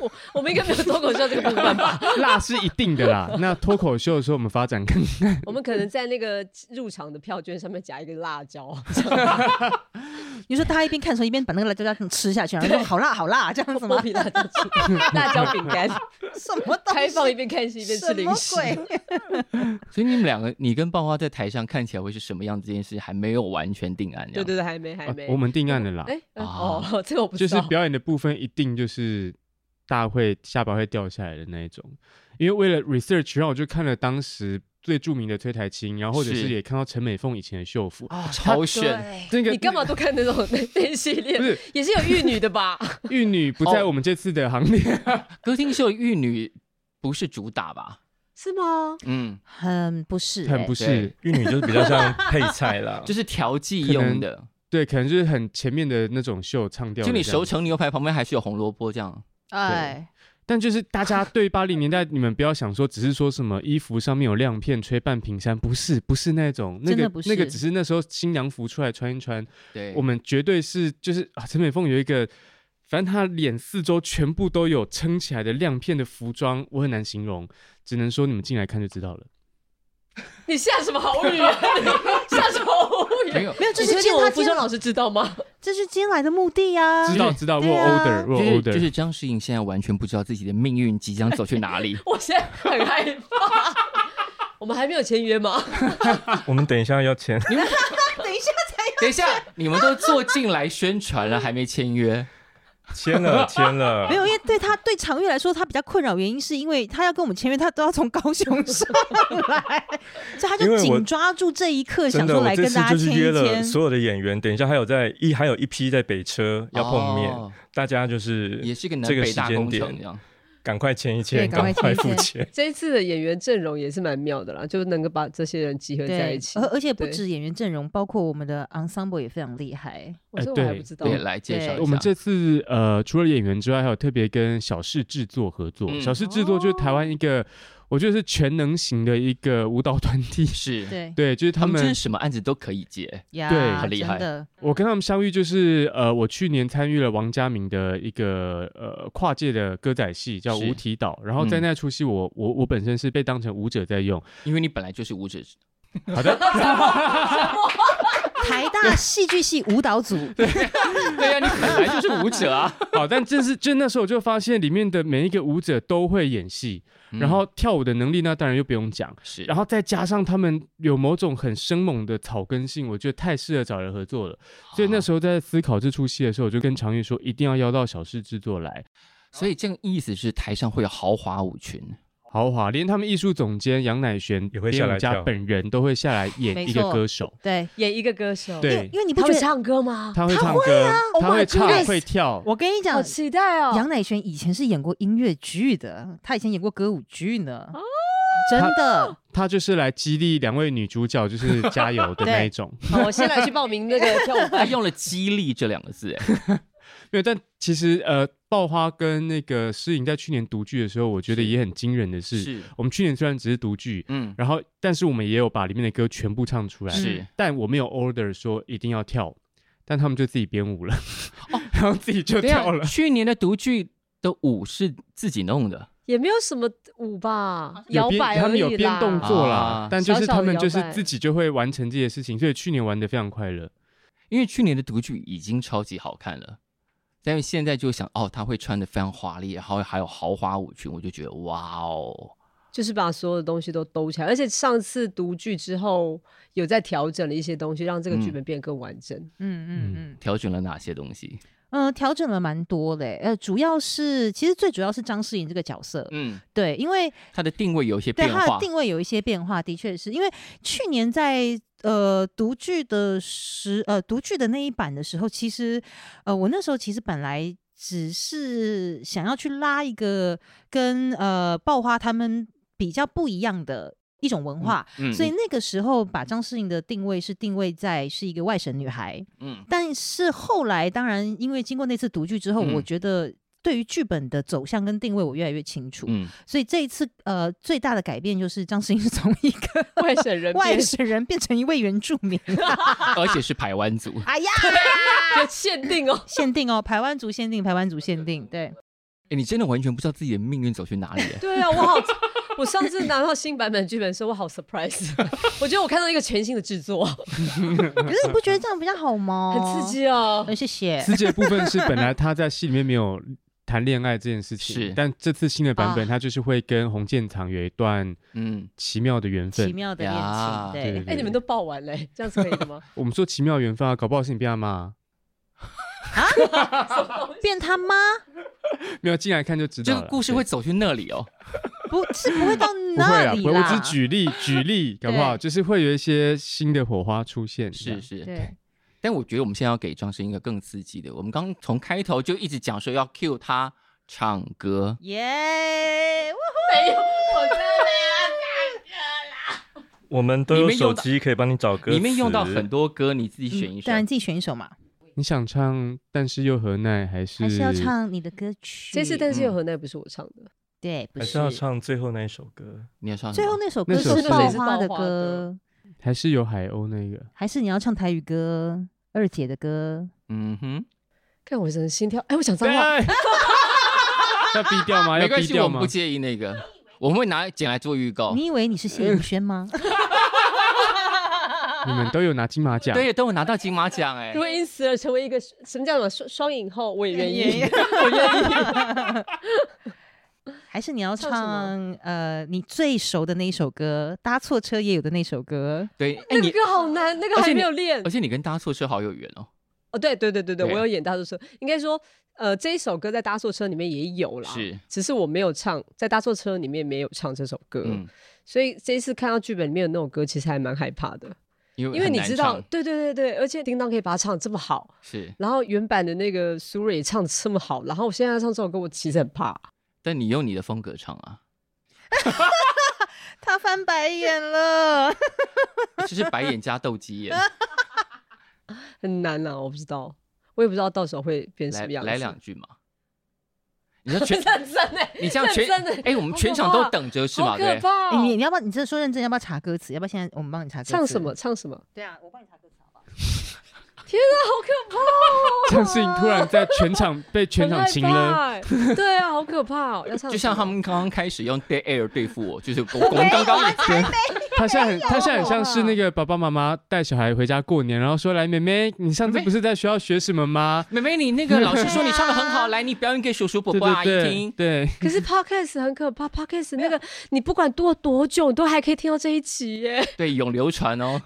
[SPEAKER 3] 我 我们应该没有脱口秀这个部分 吧？
[SPEAKER 5] 辣是一定的啦，那脱口秀的时候我们发展更
[SPEAKER 3] 我们可能在那个入场的票券上面夹一个辣椒，
[SPEAKER 4] 你说大家一边看的时候，一边把那个辣椒酱吃下去，然后说好辣好辣这样子
[SPEAKER 3] 剥
[SPEAKER 4] 吗？
[SPEAKER 3] 皮辣椒吃，辣椒饼干，
[SPEAKER 4] 什么东西？
[SPEAKER 3] 开放一边看戏一边吃零食
[SPEAKER 4] 什。么鬼
[SPEAKER 1] 所以你们两个，你跟爆花在台上看起来会是什么样子？这件事还没有完全定案。这样
[SPEAKER 3] 对对，对，还没还
[SPEAKER 5] 呃
[SPEAKER 3] 没。
[SPEAKER 5] 我们定案了啦，
[SPEAKER 3] 哎呃
[SPEAKER 1] 啊
[SPEAKER 3] 哦，这个我不
[SPEAKER 5] 就
[SPEAKER 3] 知
[SPEAKER 5] 是
[SPEAKER 3] 道。
[SPEAKER 5] 表演的部分一定就是大家会下巴会掉下来的那一种，因为为了 research，然后我就看了当时最著名的崔台青，然后或者
[SPEAKER 1] 是
[SPEAKER 5] 是也看到陈美凤以前的秀服，
[SPEAKER 1] 啊，超炫，
[SPEAKER 5] 那个
[SPEAKER 3] 你干嘛都看那种那那一系
[SPEAKER 5] 不
[SPEAKER 3] 列？
[SPEAKER 5] 是
[SPEAKER 3] 也是有玉女的吧？
[SPEAKER 5] 玉女不在
[SPEAKER 1] 哦
[SPEAKER 5] 我们这次的行列，
[SPEAKER 1] 歌厅秀玉女不是主打吧？
[SPEAKER 3] 是吗？
[SPEAKER 1] 嗯，
[SPEAKER 4] 很不是、欸
[SPEAKER 5] 很不
[SPEAKER 4] 是。
[SPEAKER 5] 是
[SPEAKER 1] 对，
[SPEAKER 2] 玉女就是比较像配菜啦，
[SPEAKER 1] 就是调剂
[SPEAKER 5] 可
[SPEAKER 1] 用
[SPEAKER 5] 能
[SPEAKER 1] 的，
[SPEAKER 5] 对，可能就是很前面的那种秀唱掉的
[SPEAKER 1] 就
[SPEAKER 5] 这
[SPEAKER 1] 你
[SPEAKER 5] 样，
[SPEAKER 1] 熟成牛排旁边还是有红萝卜这样。
[SPEAKER 4] 哎，
[SPEAKER 5] 但就是大家对八零年代，你们不要想说只是说什么衣服上面有亮片、吹半屏山，不是，不是那种，那
[SPEAKER 4] 真的
[SPEAKER 5] 个
[SPEAKER 4] 不是
[SPEAKER 5] 那个只是那时候新娘服出来穿一穿，
[SPEAKER 1] 对，
[SPEAKER 5] 我们绝对是就是啊，陈美凤有一个，反正她脸四周全部都有撑起来的亮片的服装，我很难形容，只能说你们进来看就知道了。
[SPEAKER 3] 你下什么好语啊？你 下什么好语？
[SPEAKER 1] 没有，
[SPEAKER 4] 没有，这
[SPEAKER 3] 你
[SPEAKER 4] 是
[SPEAKER 3] 确
[SPEAKER 4] 今
[SPEAKER 3] 定我
[SPEAKER 4] 他
[SPEAKER 3] 们服
[SPEAKER 4] 今
[SPEAKER 3] 装老师知道吗？。
[SPEAKER 4] 这是今天来的目的呀、
[SPEAKER 5] 知道知道，我有
[SPEAKER 4] 对啊
[SPEAKER 5] order，
[SPEAKER 1] 就
[SPEAKER 5] 我有
[SPEAKER 1] 是
[SPEAKER 5] order，
[SPEAKER 1] 就是张诗颖现在完全不知道自己的命运即将走去哪里
[SPEAKER 3] 我现在很害 怕。我们还没有签约吗？
[SPEAKER 2] 我们等一下要 签，
[SPEAKER 4] 等一下才
[SPEAKER 1] 等一下，你们都坐进来宣传了，还没签 约，
[SPEAKER 2] 签了签了，
[SPEAKER 4] 没有，因为对他对常玉来说，他比较困扰，原因是因为他要跟我们签约，他都要从高雄上 来，所以他
[SPEAKER 2] 因
[SPEAKER 4] 就
[SPEAKER 2] 为我
[SPEAKER 4] 紧抓住这一刻，
[SPEAKER 2] 真
[SPEAKER 4] 想
[SPEAKER 2] 的，
[SPEAKER 4] 说
[SPEAKER 2] 我
[SPEAKER 4] 来
[SPEAKER 2] 这
[SPEAKER 4] 跟
[SPEAKER 2] 次
[SPEAKER 4] 大家
[SPEAKER 2] 就是
[SPEAKER 4] 签
[SPEAKER 2] 约
[SPEAKER 4] 一
[SPEAKER 2] 了
[SPEAKER 4] 签。
[SPEAKER 2] 所有的演员，等一下还有在一还有一批在北车要碰面，
[SPEAKER 1] 哦
[SPEAKER 2] 大家就是
[SPEAKER 1] 也是一个南
[SPEAKER 2] 这个
[SPEAKER 1] 北
[SPEAKER 2] 时
[SPEAKER 1] 大
[SPEAKER 2] 间
[SPEAKER 1] 工程这
[SPEAKER 2] 点，
[SPEAKER 1] 样。
[SPEAKER 2] 赶快签一签，
[SPEAKER 4] 对赶
[SPEAKER 2] 赶
[SPEAKER 4] 快签一
[SPEAKER 2] 付
[SPEAKER 4] 签
[SPEAKER 2] 钱。
[SPEAKER 3] 这一次的演员阵容也是蛮妙的啦，就能够把这些人集合在一
[SPEAKER 4] 对，
[SPEAKER 3] 起
[SPEAKER 5] 呃
[SPEAKER 4] 而。而且不
[SPEAKER 3] 对
[SPEAKER 4] 止演员阵容，包括我们的 ensemble 也非常厉害。
[SPEAKER 3] 我说我
[SPEAKER 5] 哎
[SPEAKER 3] 还
[SPEAKER 5] 对
[SPEAKER 3] 不知道，
[SPEAKER 1] 对，来介绍一下。
[SPEAKER 5] 我们这次呃，除了演员之外，还有特别跟小市制作合作。
[SPEAKER 1] 嗯
[SPEAKER 5] 小市制作就是台湾一个，我觉得是全能型的一个舞蹈团体。
[SPEAKER 1] 是
[SPEAKER 4] 对
[SPEAKER 5] 对，就是他
[SPEAKER 1] 他们
[SPEAKER 5] 们，
[SPEAKER 1] 真的什么案子都可以接，
[SPEAKER 4] 呀，
[SPEAKER 5] 对
[SPEAKER 1] 很厉害
[SPEAKER 4] 真的
[SPEAKER 5] 我跟他们相遇就是呃，我去年参与了王家明的一个呃跨界的歌仔戏，叫
[SPEAKER 1] 是
[SPEAKER 5] 《无题岛》，然后在
[SPEAKER 1] 嗯
[SPEAKER 5] 那出戏我，我我本身是被当成舞者在用。
[SPEAKER 1] 因为你本来就是舞者，
[SPEAKER 5] 好的，
[SPEAKER 4] 台大戏剧系舞蹈组，
[SPEAKER 1] 对呀、你本来就是舞者 啊。
[SPEAKER 5] 好，但正是就那时候我就发现里面的每一个舞者都会演戏，然后跳舞的能力那当然又不用讲，
[SPEAKER 1] 嗯是，
[SPEAKER 5] 然后再加上他们有某种很生猛的草根性，我觉得太适合找人合作了。所以
[SPEAKER 1] 啊
[SPEAKER 5] 那时候在思考这出戏的时候，我就跟常玉说，一定要邀到小事制作来，
[SPEAKER 1] 所以这个意思是台上会有豪华舞 群，
[SPEAKER 5] 豪华，连他们艺术总监杨乃璇
[SPEAKER 2] 也会下
[SPEAKER 5] 编舞
[SPEAKER 2] 来
[SPEAKER 5] 家
[SPEAKER 2] 跳
[SPEAKER 5] 本人都会下来演
[SPEAKER 4] 没
[SPEAKER 5] 一个
[SPEAKER 4] 错
[SPEAKER 5] 歌手，
[SPEAKER 4] 对，
[SPEAKER 3] 演一个歌手，
[SPEAKER 4] 因
[SPEAKER 5] 对
[SPEAKER 4] 为因为你不
[SPEAKER 3] 他会
[SPEAKER 4] 觉得？
[SPEAKER 3] 唱歌吗？
[SPEAKER 5] 他会唱歌，
[SPEAKER 3] Oh
[SPEAKER 5] 他
[SPEAKER 3] my
[SPEAKER 5] 会唱
[SPEAKER 3] goodness
[SPEAKER 5] 会跳，
[SPEAKER 4] 我跟你
[SPEAKER 3] 好
[SPEAKER 4] 讲，
[SPEAKER 3] 期待哦！
[SPEAKER 4] 杨乃轩以前是演过音乐剧的，他以前演过歌舞剧呢，真的。
[SPEAKER 5] 他就是来激励两位女主角，就是加油的
[SPEAKER 4] 对
[SPEAKER 5] 那一种。
[SPEAKER 3] 好，我先来去报名 那个跳舞
[SPEAKER 1] 他
[SPEAKER 3] 班。
[SPEAKER 1] 哎用了“激励”这两个字， 哎，
[SPEAKER 5] 没有，但其实呃，爆花跟那个诗颖在去年独剧的时候，我觉得也很惊人的是，我们去年虽然只是独剧，
[SPEAKER 1] 嗯，
[SPEAKER 5] 然后但是我们也有把里面的歌全部唱出来，
[SPEAKER 1] 是
[SPEAKER 5] 但我没有 order 说一定要跳，但他们就自己编舞了， 然后自己就
[SPEAKER 1] 对啊
[SPEAKER 5] 跳，了。
[SPEAKER 1] 去年的独剧的舞是自己弄的，
[SPEAKER 3] 也没有什么舞吧，
[SPEAKER 5] 有
[SPEAKER 3] 摇
[SPEAKER 5] 编
[SPEAKER 3] 摆
[SPEAKER 5] 他
[SPEAKER 3] 而
[SPEAKER 5] 们有
[SPEAKER 3] 已
[SPEAKER 5] 编
[SPEAKER 3] 啦。
[SPEAKER 5] 动作啦，
[SPEAKER 1] 啊
[SPEAKER 5] 但就是
[SPEAKER 3] 小小
[SPEAKER 5] 他
[SPEAKER 3] 的
[SPEAKER 5] 们
[SPEAKER 3] 摇
[SPEAKER 5] 就是
[SPEAKER 3] 摆
[SPEAKER 5] 自己就会完成这些事情，所以去年玩的非常快乐。
[SPEAKER 1] 因为去年的独剧已经超级好看了。但是现在就想哦，他会穿的非常华丽，然后还有豪华舞裙，我就觉得哇哦，
[SPEAKER 3] 就是把所有的东西都兜起来，而且上次读剧之后，有在调整了一些东西，让这个剧本变得更完整。
[SPEAKER 4] 嗯嗯嗯，
[SPEAKER 1] 调整了哪些东西？
[SPEAKER 4] 呃，调整了蛮多的欸，呃，主要是其实最主要是张诗颖这个角色，
[SPEAKER 1] 嗯，
[SPEAKER 4] 对，因为
[SPEAKER 1] 他的定位有一些
[SPEAKER 4] 对
[SPEAKER 1] 变
[SPEAKER 4] 它的
[SPEAKER 1] 化，
[SPEAKER 4] 定位有一些变化，的确是因为去年在呃独剧的时呃独剧的那一版的时候，其实呃我那时候其实本来只是想要去拉一个跟呃爆花他们比较不一样的一种文化。
[SPEAKER 1] 嗯，
[SPEAKER 4] 所以那个时候把张诗颖的定位是定位在是一个外省女孩，
[SPEAKER 1] 嗯，
[SPEAKER 4] 但是后来当然因为经过那次独剧之后，
[SPEAKER 1] 嗯
[SPEAKER 4] 我觉得对于剧本的走向跟定位我越来越清楚。
[SPEAKER 1] 嗯
[SPEAKER 4] 所以这一次呃最大的改变就是张诗颖是 从一个
[SPEAKER 5] 嗯
[SPEAKER 3] 外省人
[SPEAKER 4] 外
[SPEAKER 3] 变
[SPEAKER 4] 省人变成一位原住民。
[SPEAKER 1] 嗯，
[SPEAKER 4] 啊
[SPEAKER 1] 而且是台湾 族，
[SPEAKER 4] 哎呀，
[SPEAKER 3] 要限定哦，
[SPEAKER 4] 限定哦，台湾族限定，台湾族限定，对，
[SPEAKER 1] 哎，你真的完全不知道自己的命运走去哪里，哎
[SPEAKER 3] 对啊，我好，我上次拿到新版本剧本的时候，我好 surprise，我 觉得我看到一个全新的制作，
[SPEAKER 1] 哦
[SPEAKER 4] 可是你不觉得这样比较好吗？
[SPEAKER 3] 很刺、激哦。
[SPEAKER 1] 哎
[SPEAKER 4] 呃，谢谢。
[SPEAKER 5] 自己的部分是本来他在戏里面没有谈恋爱这件事情，
[SPEAKER 1] 是
[SPEAKER 5] 但这次新的版本
[SPEAKER 4] 啊
[SPEAKER 5] 他就是会跟洪建堂有一段
[SPEAKER 1] 嗯，
[SPEAKER 5] 奇妙的缘分
[SPEAKER 4] 奇。妙的恋
[SPEAKER 1] 呀
[SPEAKER 4] 情，
[SPEAKER 5] 对
[SPEAKER 4] 对
[SPEAKER 5] 对
[SPEAKER 3] 哎，你们都报完嘞，这样是可以 的吗？
[SPEAKER 5] 我们说奇妙缘分啊，搞不好是你被他骂啊，
[SPEAKER 4] 变他妈
[SPEAKER 5] 没有进来看就知
[SPEAKER 1] 这
[SPEAKER 5] 道了。
[SPEAKER 1] 个故事会走去那里哦，
[SPEAKER 4] 不是不会到
[SPEAKER 5] 对不会
[SPEAKER 4] 那
[SPEAKER 5] 啊？
[SPEAKER 4] 里
[SPEAKER 5] 不会我
[SPEAKER 4] 啦，
[SPEAKER 5] 只举例举例，搞不好
[SPEAKER 4] 对
[SPEAKER 5] 就是会有一些新的火花出现。这
[SPEAKER 1] 是
[SPEAKER 5] 样
[SPEAKER 1] 是，
[SPEAKER 4] 对，
[SPEAKER 1] 但我觉得我们现在要给张诗颖一个更刺激的。我们刚从开头就一直讲说要 cue 她唱歌，
[SPEAKER 4] 耶，哇
[SPEAKER 3] 没有，我真的
[SPEAKER 1] 欸
[SPEAKER 2] 我们都
[SPEAKER 1] 你
[SPEAKER 2] 有
[SPEAKER 1] 们用
[SPEAKER 2] 手
[SPEAKER 1] 到
[SPEAKER 2] 机可以帮你找歌词，
[SPEAKER 1] 里面用到很多歌，你自己选一
[SPEAKER 4] 嗯
[SPEAKER 1] 首。
[SPEAKER 4] 当然自己选一首嘛，
[SPEAKER 5] 你想唱，但是又何奈，还是
[SPEAKER 4] 还是要唱你的歌曲。
[SPEAKER 3] 这次但是有何奈不是我唱的，
[SPEAKER 4] 对，不
[SPEAKER 2] 还是要唱最后那一首歌。
[SPEAKER 1] 你要唱什
[SPEAKER 4] 最
[SPEAKER 1] 么
[SPEAKER 4] 后那首歌
[SPEAKER 5] 那首
[SPEAKER 4] 是
[SPEAKER 5] 是
[SPEAKER 4] 爆
[SPEAKER 5] 谁是
[SPEAKER 4] 花
[SPEAKER 3] 爆
[SPEAKER 4] 的
[SPEAKER 3] 花
[SPEAKER 4] 歌
[SPEAKER 3] 的，
[SPEAKER 5] 还是有海鸥那个？
[SPEAKER 4] 还是你要唱台语歌？二姐的歌，
[SPEAKER 1] 嗯哼，
[SPEAKER 3] 看我整个心跳，哎，我想脏
[SPEAKER 5] 对，
[SPEAKER 1] 啊
[SPEAKER 3] 话，
[SPEAKER 5] 要低调吗？
[SPEAKER 1] 没
[SPEAKER 5] 要
[SPEAKER 1] 关
[SPEAKER 5] 低
[SPEAKER 1] 系，我
[SPEAKER 5] 调
[SPEAKER 1] 们
[SPEAKER 5] 吗
[SPEAKER 1] 不？介意那个，我们会拿剪来做预
[SPEAKER 3] 哦
[SPEAKER 1] 告。
[SPEAKER 4] 你以为你是谢颖 轩吗？
[SPEAKER 5] 你们都有拿金马
[SPEAKER 4] 哦
[SPEAKER 5] 奖，
[SPEAKER 1] 对，等我拿到金马奖哎
[SPEAKER 3] 如，果因此而成为一个什么叫什么双双影后，我也愿意，我愿意。
[SPEAKER 4] 还是你要
[SPEAKER 3] 唱什
[SPEAKER 4] 唱
[SPEAKER 3] 么
[SPEAKER 4] 呃你最熟的那一首歌，搭错车也有的那 首歌，
[SPEAKER 1] 对，哎
[SPEAKER 3] 那个
[SPEAKER 1] 你，
[SPEAKER 3] 歌好难，那个
[SPEAKER 1] 而且
[SPEAKER 3] 还
[SPEAKER 1] 你
[SPEAKER 3] 没有练
[SPEAKER 1] 而。且你跟搭错车好有缘哦，
[SPEAKER 3] 哦，对对对对对，
[SPEAKER 1] 对
[SPEAKER 3] 我有演大错车，应该说，呃，这一首歌在搭错车里面也有啦，
[SPEAKER 1] 是，
[SPEAKER 3] 只是我没有唱，在搭错车里面没有唱这首歌，
[SPEAKER 1] 嗯，
[SPEAKER 3] 所以这一次看到剧本里面有那种歌，其实还蛮害怕的，
[SPEAKER 1] 因为
[SPEAKER 3] 因为
[SPEAKER 1] 很
[SPEAKER 3] 你
[SPEAKER 1] 难
[SPEAKER 3] 知道，
[SPEAKER 1] 唱
[SPEAKER 3] 对对对对，而且叮当可以把它唱得这么好，
[SPEAKER 1] 是，
[SPEAKER 3] 然后原版的那个苏芮也唱得这么好，然后我现在要唱这首歌，我其实很怕，
[SPEAKER 1] 但你用你的风格唱啊，
[SPEAKER 4] 他翻白眼了。
[SPEAKER 1] 就是白眼加斗鸡眼，
[SPEAKER 3] 很难啊，我不知道，我也不知道到时候会变什
[SPEAKER 1] 来
[SPEAKER 3] 么样子。
[SPEAKER 1] 来 两句嘛。你知道全
[SPEAKER 3] 认真哎、
[SPEAKER 1] 你这样
[SPEAKER 3] 认
[SPEAKER 1] 全
[SPEAKER 3] 真的
[SPEAKER 1] 哎，我们
[SPEAKER 3] 好
[SPEAKER 1] 全
[SPEAKER 3] 可
[SPEAKER 1] 场都
[SPEAKER 3] 怕
[SPEAKER 1] 等着是
[SPEAKER 3] 好
[SPEAKER 1] 吗？对
[SPEAKER 3] 可
[SPEAKER 1] 不对，
[SPEAKER 3] 怕
[SPEAKER 4] 哎
[SPEAKER 3] 哦、
[SPEAKER 4] 你你要不要？你真的说认真，要不要查歌词？要不要现在我们帮你查歌词？
[SPEAKER 3] 唱什么？？唱什么？
[SPEAKER 4] 对啊，我帮你查歌词好不好？
[SPEAKER 3] 天啊， 好可怕、哦！
[SPEAKER 5] 张诗颖突然在全场被全 场
[SPEAKER 3] 很
[SPEAKER 5] 亲
[SPEAKER 3] 害
[SPEAKER 5] 了。
[SPEAKER 3] 怕欸。对啊，好可怕哦！要唱什么，啊
[SPEAKER 1] 就像他们刚刚开始用 dead air 对付我，就是我我们刚刚
[SPEAKER 4] 我才没 啊
[SPEAKER 5] 他现在很，他现在很像是那个爸爸妈妈带小孩回家过年，然后说：“来，妹妹，你上次
[SPEAKER 1] 妹妹
[SPEAKER 5] 不是在学校学什么吗
[SPEAKER 1] 妹妹，你 那个老师说你唱的很好，来，你表演给叔叔？”伯
[SPEAKER 5] 对
[SPEAKER 1] 伯阿
[SPEAKER 5] 对
[SPEAKER 1] 姨
[SPEAKER 5] 对
[SPEAKER 1] 听。
[SPEAKER 5] 对，
[SPEAKER 3] 可是 podcast 很可怕，podcast 那个你不管多多久，你都还可以听到这一集耶。
[SPEAKER 1] 对，永流传哦。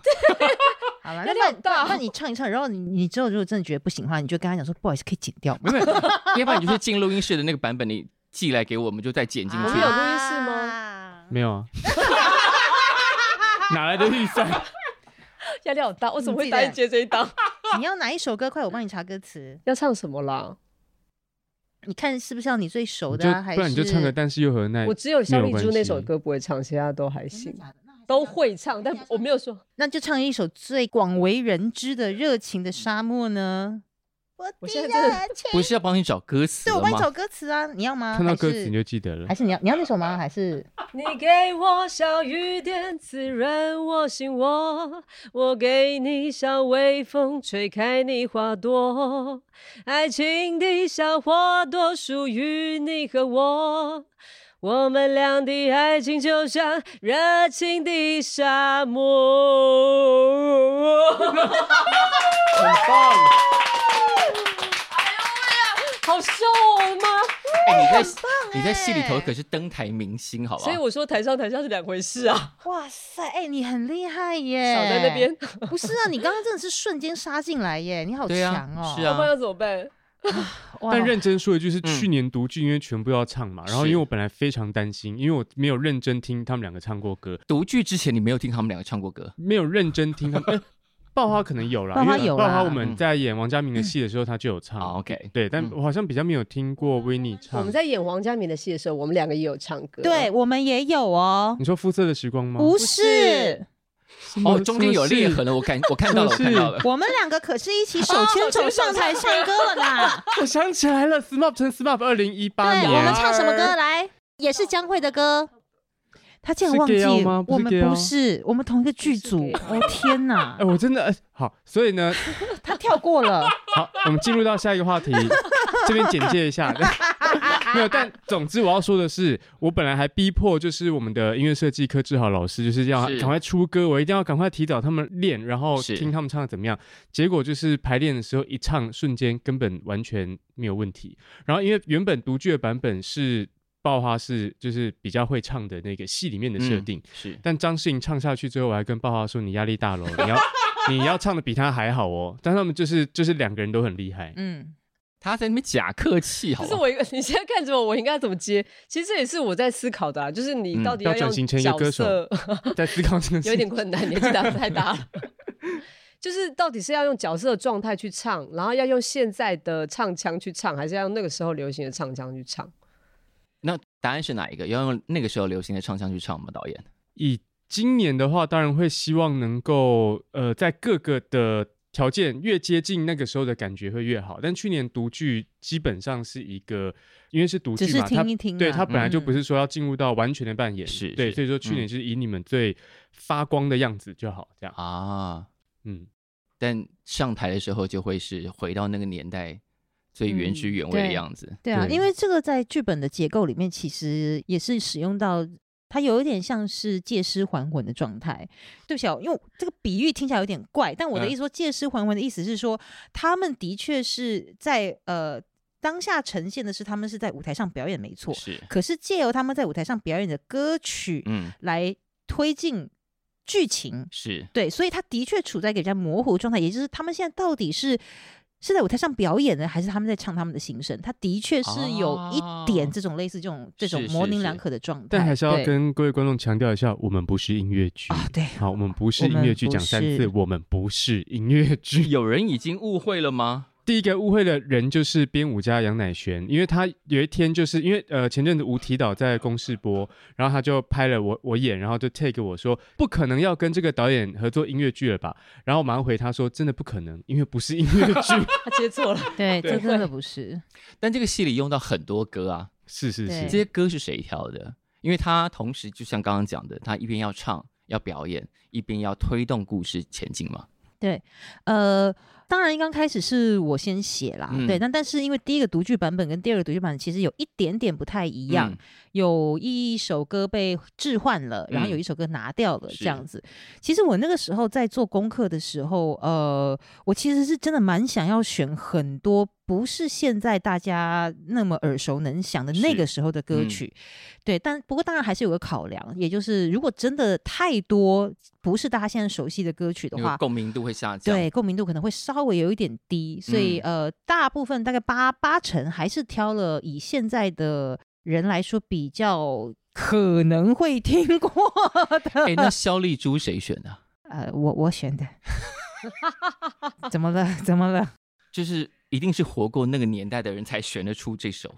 [SPEAKER 4] 好
[SPEAKER 3] 压
[SPEAKER 4] 了，那
[SPEAKER 3] 力
[SPEAKER 4] 那
[SPEAKER 3] 好大
[SPEAKER 4] 那你唱一唱，然后你你之后如果真的觉得不行的话，你就跟他讲说，不好意思，可以剪掉吗？
[SPEAKER 1] 没有，要不然你就是进录音室的那个版本，你寄来给我们，就再剪进
[SPEAKER 4] 啊
[SPEAKER 1] 去。
[SPEAKER 3] 我们有录音室吗？
[SPEAKER 5] 没有 啊，哪来的预算？
[SPEAKER 3] 压力好大，我怎么会
[SPEAKER 4] 你自己
[SPEAKER 3] 答
[SPEAKER 4] 的
[SPEAKER 3] 应接这一档？
[SPEAKER 4] 你要哪一首歌？快，我帮你查歌词。
[SPEAKER 3] 要唱什么啦？
[SPEAKER 4] 你看是不是要你最熟
[SPEAKER 5] 你
[SPEAKER 4] 的
[SPEAKER 5] 就
[SPEAKER 4] 啊、还
[SPEAKER 5] 不然你就唱个，
[SPEAKER 4] 是
[SPEAKER 5] 但是又何奈
[SPEAKER 3] 我？只有像
[SPEAKER 5] 没
[SPEAKER 3] 丽
[SPEAKER 5] 有
[SPEAKER 3] 珠
[SPEAKER 5] 关
[SPEAKER 3] 那首
[SPEAKER 5] 系
[SPEAKER 3] 歌不会唱，其他都还行
[SPEAKER 4] 真的，假的那还
[SPEAKER 3] 嗯
[SPEAKER 4] 是
[SPEAKER 3] 都
[SPEAKER 4] 要
[SPEAKER 3] 会唱，但我没有说
[SPEAKER 4] 那就唱一首最广为人知的《热情的沙漠》呢？
[SPEAKER 3] 我
[SPEAKER 4] 我
[SPEAKER 3] 现在
[SPEAKER 4] 的
[SPEAKER 3] 真的
[SPEAKER 4] 情
[SPEAKER 1] 不是要帮你找歌词
[SPEAKER 4] 对，我
[SPEAKER 1] 了
[SPEAKER 4] 帮你
[SPEAKER 1] 吗
[SPEAKER 4] 找？歌词啊，你要吗？
[SPEAKER 5] 看到
[SPEAKER 4] 还
[SPEAKER 5] 歌
[SPEAKER 4] 是
[SPEAKER 5] 词你就记得了
[SPEAKER 4] 还。是你要你要那首吗？还是
[SPEAKER 3] 你给我小雨点滋润我心窝，我给你像微风吹开你花朵，爱情的小花朵属于你和我，我们俩的爱情就像热情的沙漠。
[SPEAKER 1] 很棒！
[SPEAKER 3] 好瘦哦吗？
[SPEAKER 1] 哎，你在你在
[SPEAKER 4] 哎
[SPEAKER 1] 戏里头可是登台明星，好不好
[SPEAKER 3] 欸所以？我说台上台下是两回事啊，
[SPEAKER 4] 哇塞，哎、你很厉害
[SPEAKER 1] 哎
[SPEAKER 4] 耶！
[SPEAKER 3] 少在 那边，，
[SPEAKER 4] 不是啊，你刚刚真的是瞬间杀进来耶，你好
[SPEAKER 1] 对啊
[SPEAKER 4] 强哦、
[SPEAKER 1] 是
[SPEAKER 3] 要
[SPEAKER 1] 啊
[SPEAKER 3] 不然要怎么办？
[SPEAKER 4] 哇，
[SPEAKER 5] 但认真说一句，是
[SPEAKER 1] 嗯
[SPEAKER 5] 去年独剧因为全部要唱嘛，然后
[SPEAKER 1] 是
[SPEAKER 5] 因为我本来非常担心，因为我没有认真听他们两个唱过歌，
[SPEAKER 1] 独剧之前你没有听他们两个唱过歌，
[SPEAKER 5] 没有认真听 他们。哎爆花可能有啦，
[SPEAKER 4] 爆花
[SPEAKER 5] 因为
[SPEAKER 4] 有啦嗯
[SPEAKER 5] 爆花我们在演王家明的戏的时候，他就有唱。
[SPEAKER 1] 好，OK，
[SPEAKER 5] 对，但
[SPEAKER 1] 嗯
[SPEAKER 5] 我好像比较没有听过维尼唱。
[SPEAKER 3] 我们在演王家明的戏的时候，我们两个也有唱歌。
[SPEAKER 4] 对我们也有哦、
[SPEAKER 5] 你说肤色的时光吗？
[SPEAKER 4] 不
[SPEAKER 3] 是
[SPEAKER 4] 是，
[SPEAKER 5] 什么
[SPEAKER 1] 哦，中间有裂。
[SPEAKER 5] 什么
[SPEAKER 1] 痕了，我看我看 到了，我
[SPEAKER 5] 是
[SPEAKER 1] 看到了。
[SPEAKER 4] 我们两个可是一起
[SPEAKER 5] 啊
[SPEAKER 4] 手牵手上台唱歌了啦。
[SPEAKER 5] 事我想起来了，SMAP 成 SMAP 二零一 八
[SPEAKER 4] 对，
[SPEAKER 5] 年。
[SPEAKER 4] 我们唱什么歌来？也是江蕙的歌。他竟然
[SPEAKER 5] 是
[SPEAKER 4] 忘
[SPEAKER 5] gay
[SPEAKER 4] 记
[SPEAKER 5] 吗不是
[SPEAKER 4] 我们
[SPEAKER 5] gay
[SPEAKER 4] 不
[SPEAKER 5] 哦
[SPEAKER 4] 是，我们同一个剧组。 哦天哪
[SPEAKER 5] 哎，，我真的哎好，所以呢，
[SPEAKER 4] 他跳过了。
[SPEAKER 5] 好，我们进入到下一个话题，这边简介一下。 没有，但总之我要说的是，我本来还逼迫就是我们的音乐设计柯志豪老师，就是要
[SPEAKER 1] 是
[SPEAKER 5] 赶快出歌，我一定要赶快提早他们练，然后
[SPEAKER 1] 是
[SPEAKER 5] 听他们唱的怎么样。结果就是排练的时候一唱，瞬间根本完全没有问题。然后因为原本独剧的版本是爆花是就是比较会唱的那个戏里面的设定，
[SPEAKER 1] 嗯是
[SPEAKER 5] 但张信唱下去之后，我还跟爸爸说：“你压力大喽，你要你要唱的比他还好哦。”但他们就是就是两个人都很厉害，
[SPEAKER 4] 嗯，
[SPEAKER 1] 他在那边假客气，好
[SPEAKER 3] 这
[SPEAKER 1] 不
[SPEAKER 3] 是
[SPEAKER 1] 好？
[SPEAKER 3] 我一个，你现在看着我，我应该怎么接？其实这也是我在思考的啊，就是你
[SPEAKER 1] 嗯
[SPEAKER 3] 到底
[SPEAKER 5] 要
[SPEAKER 3] 用
[SPEAKER 5] 转型成一个
[SPEAKER 3] 角
[SPEAKER 5] 歌手
[SPEAKER 3] 色，
[SPEAKER 5] 在思考这个事
[SPEAKER 3] 有一点困难，年纪大太大了。就是到底是要用角色的状态去唱，然后要用现在的唱腔去唱，还是要用那个时候流行的唱腔去唱？
[SPEAKER 1] 那答案是哪一个？要用那个时候流行的唱腔去唱吗？导演？
[SPEAKER 5] 以 今年的话，当然会希望能够呃，在各个的条件越接近那个时候的感觉会越好。但去年独剧基本上是一个，因为是独剧
[SPEAKER 4] 只是
[SPEAKER 5] 嘛，它
[SPEAKER 4] 听一听啊
[SPEAKER 5] 对它本来就不
[SPEAKER 4] 嗯
[SPEAKER 5] 是说要进入到完全的扮演，
[SPEAKER 1] 是
[SPEAKER 5] 对，
[SPEAKER 1] 是
[SPEAKER 5] 所以说去年
[SPEAKER 1] 嗯
[SPEAKER 5] 就是以你们最发光的样子就好，这样，
[SPEAKER 1] 啊，
[SPEAKER 5] 嗯，
[SPEAKER 1] 但上台的时候就会是回到那个年代最原汁原味的
[SPEAKER 4] 对
[SPEAKER 1] 样子。
[SPEAKER 4] 对啊，
[SPEAKER 5] 对
[SPEAKER 4] 因为这个在剧本的结构里面，其实也是使用到。它有一点像是借尸还魂的状态，对不起、啊，因为我这个比喻听起来有点怪，但我的
[SPEAKER 5] 嗯
[SPEAKER 4] 意思说借尸还魂的意思是说，他们的确是在呃当下呈现的是他们是在舞台上表演没错，
[SPEAKER 1] 是，
[SPEAKER 4] 可是借由他们在舞台上表演的歌曲
[SPEAKER 1] 嗯，
[SPEAKER 4] 来推进剧情，
[SPEAKER 1] 是
[SPEAKER 4] 对，所以他的确处在给人家模糊状态，也就是他们现在到底是是在舞台上表演呢，还是他们在唱他们的心声？他的确是有一点
[SPEAKER 1] 哦
[SPEAKER 4] 这种类似这种、这种
[SPEAKER 1] 是
[SPEAKER 4] 模
[SPEAKER 1] 是
[SPEAKER 4] 棱
[SPEAKER 1] 是
[SPEAKER 4] 两可的状态，
[SPEAKER 5] 但还是要
[SPEAKER 4] 对
[SPEAKER 5] 跟各位观众强调一下，我们不是音乐剧。
[SPEAKER 4] 啊，对，
[SPEAKER 5] 好，我们不是
[SPEAKER 4] 我
[SPEAKER 5] 音
[SPEAKER 4] 们
[SPEAKER 5] 乐剧，
[SPEAKER 4] 不
[SPEAKER 5] 讲三
[SPEAKER 4] 是
[SPEAKER 5] 次，我们不是音乐剧。
[SPEAKER 1] 有人已经误会了吗？
[SPEAKER 5] 第一个误会的人就是编舞家杨乃璇，因为他有一天就是因为呃前阵子吴提导在公视播，然后他就拍了我我演，然后就 take 我说不可能要跟这个导演合作音乐剧了吧，然后我马上回他说真的不可能，因为不是音乐剧，
[SPEAKER 3] 他接错 了，
[SPEAKER 4] 对，
[SPEAKER 5] 对
[SPEAKER 4] 这真的不是，
[SPEAKER 1] 但这个戏里用到很多歌啊，
[SPEAKER 5] 是是
[SPEAKER 1] 这
[SPEAKER 4] 对
[SPEAKER 5] 是，
[SPEAKER 1] 些歌是谁挑的？因为他同时就像刚刚讲的，他一边要唱要表演，一边要推动故事前进嘛。
[SPEAKER 4] 呃。当然，刚开始是我先写啦，
[SPEAKER 1] 嗯
[SPEAKER 4] 对，但但是因为第一个独剧版本跟第二个独剧版本其实有一点点不太一样，
[SPEAKER 1] 嗯
[SPEAKER 4] 有一首歌被置换了，然后有一首歌拿掉了，
[SPEAKER 1] 嗯是
[SPEAKER 4] 这样子。其实我那个时候在做功课的时候，呃，我其实是真的蛮想要选很多不是现在大家那么耳熟能详的那
[SPEAKER 1] 是
[SPEAKER 4] 个时候的歌
[SPEAKER 1] 嗯
[SPEAKER 4] 曲，对。但不过当然还是有个考量，也就是如果真的太多不是大家现在熟悉的歌曲的
[SPEAKER 1] 那
[SPEAKER 4] 话
[SPEAKER 1] 个，共鸣度会下降。
[SPEAKER 4] 对，共鸣度可能会稍微有一点低，所以、呃，大部分大概八八成还是挑了以现在的人来说比较可能会听 过的。
[SPEAKER 1] 哎，那肖丽珠谁选的啊？
[SPEAKER 4] 呃，我我选 的，怎么了？怎么了？
[SPEAKER 1] 就是一定是活过那个年代的人才选得出这首。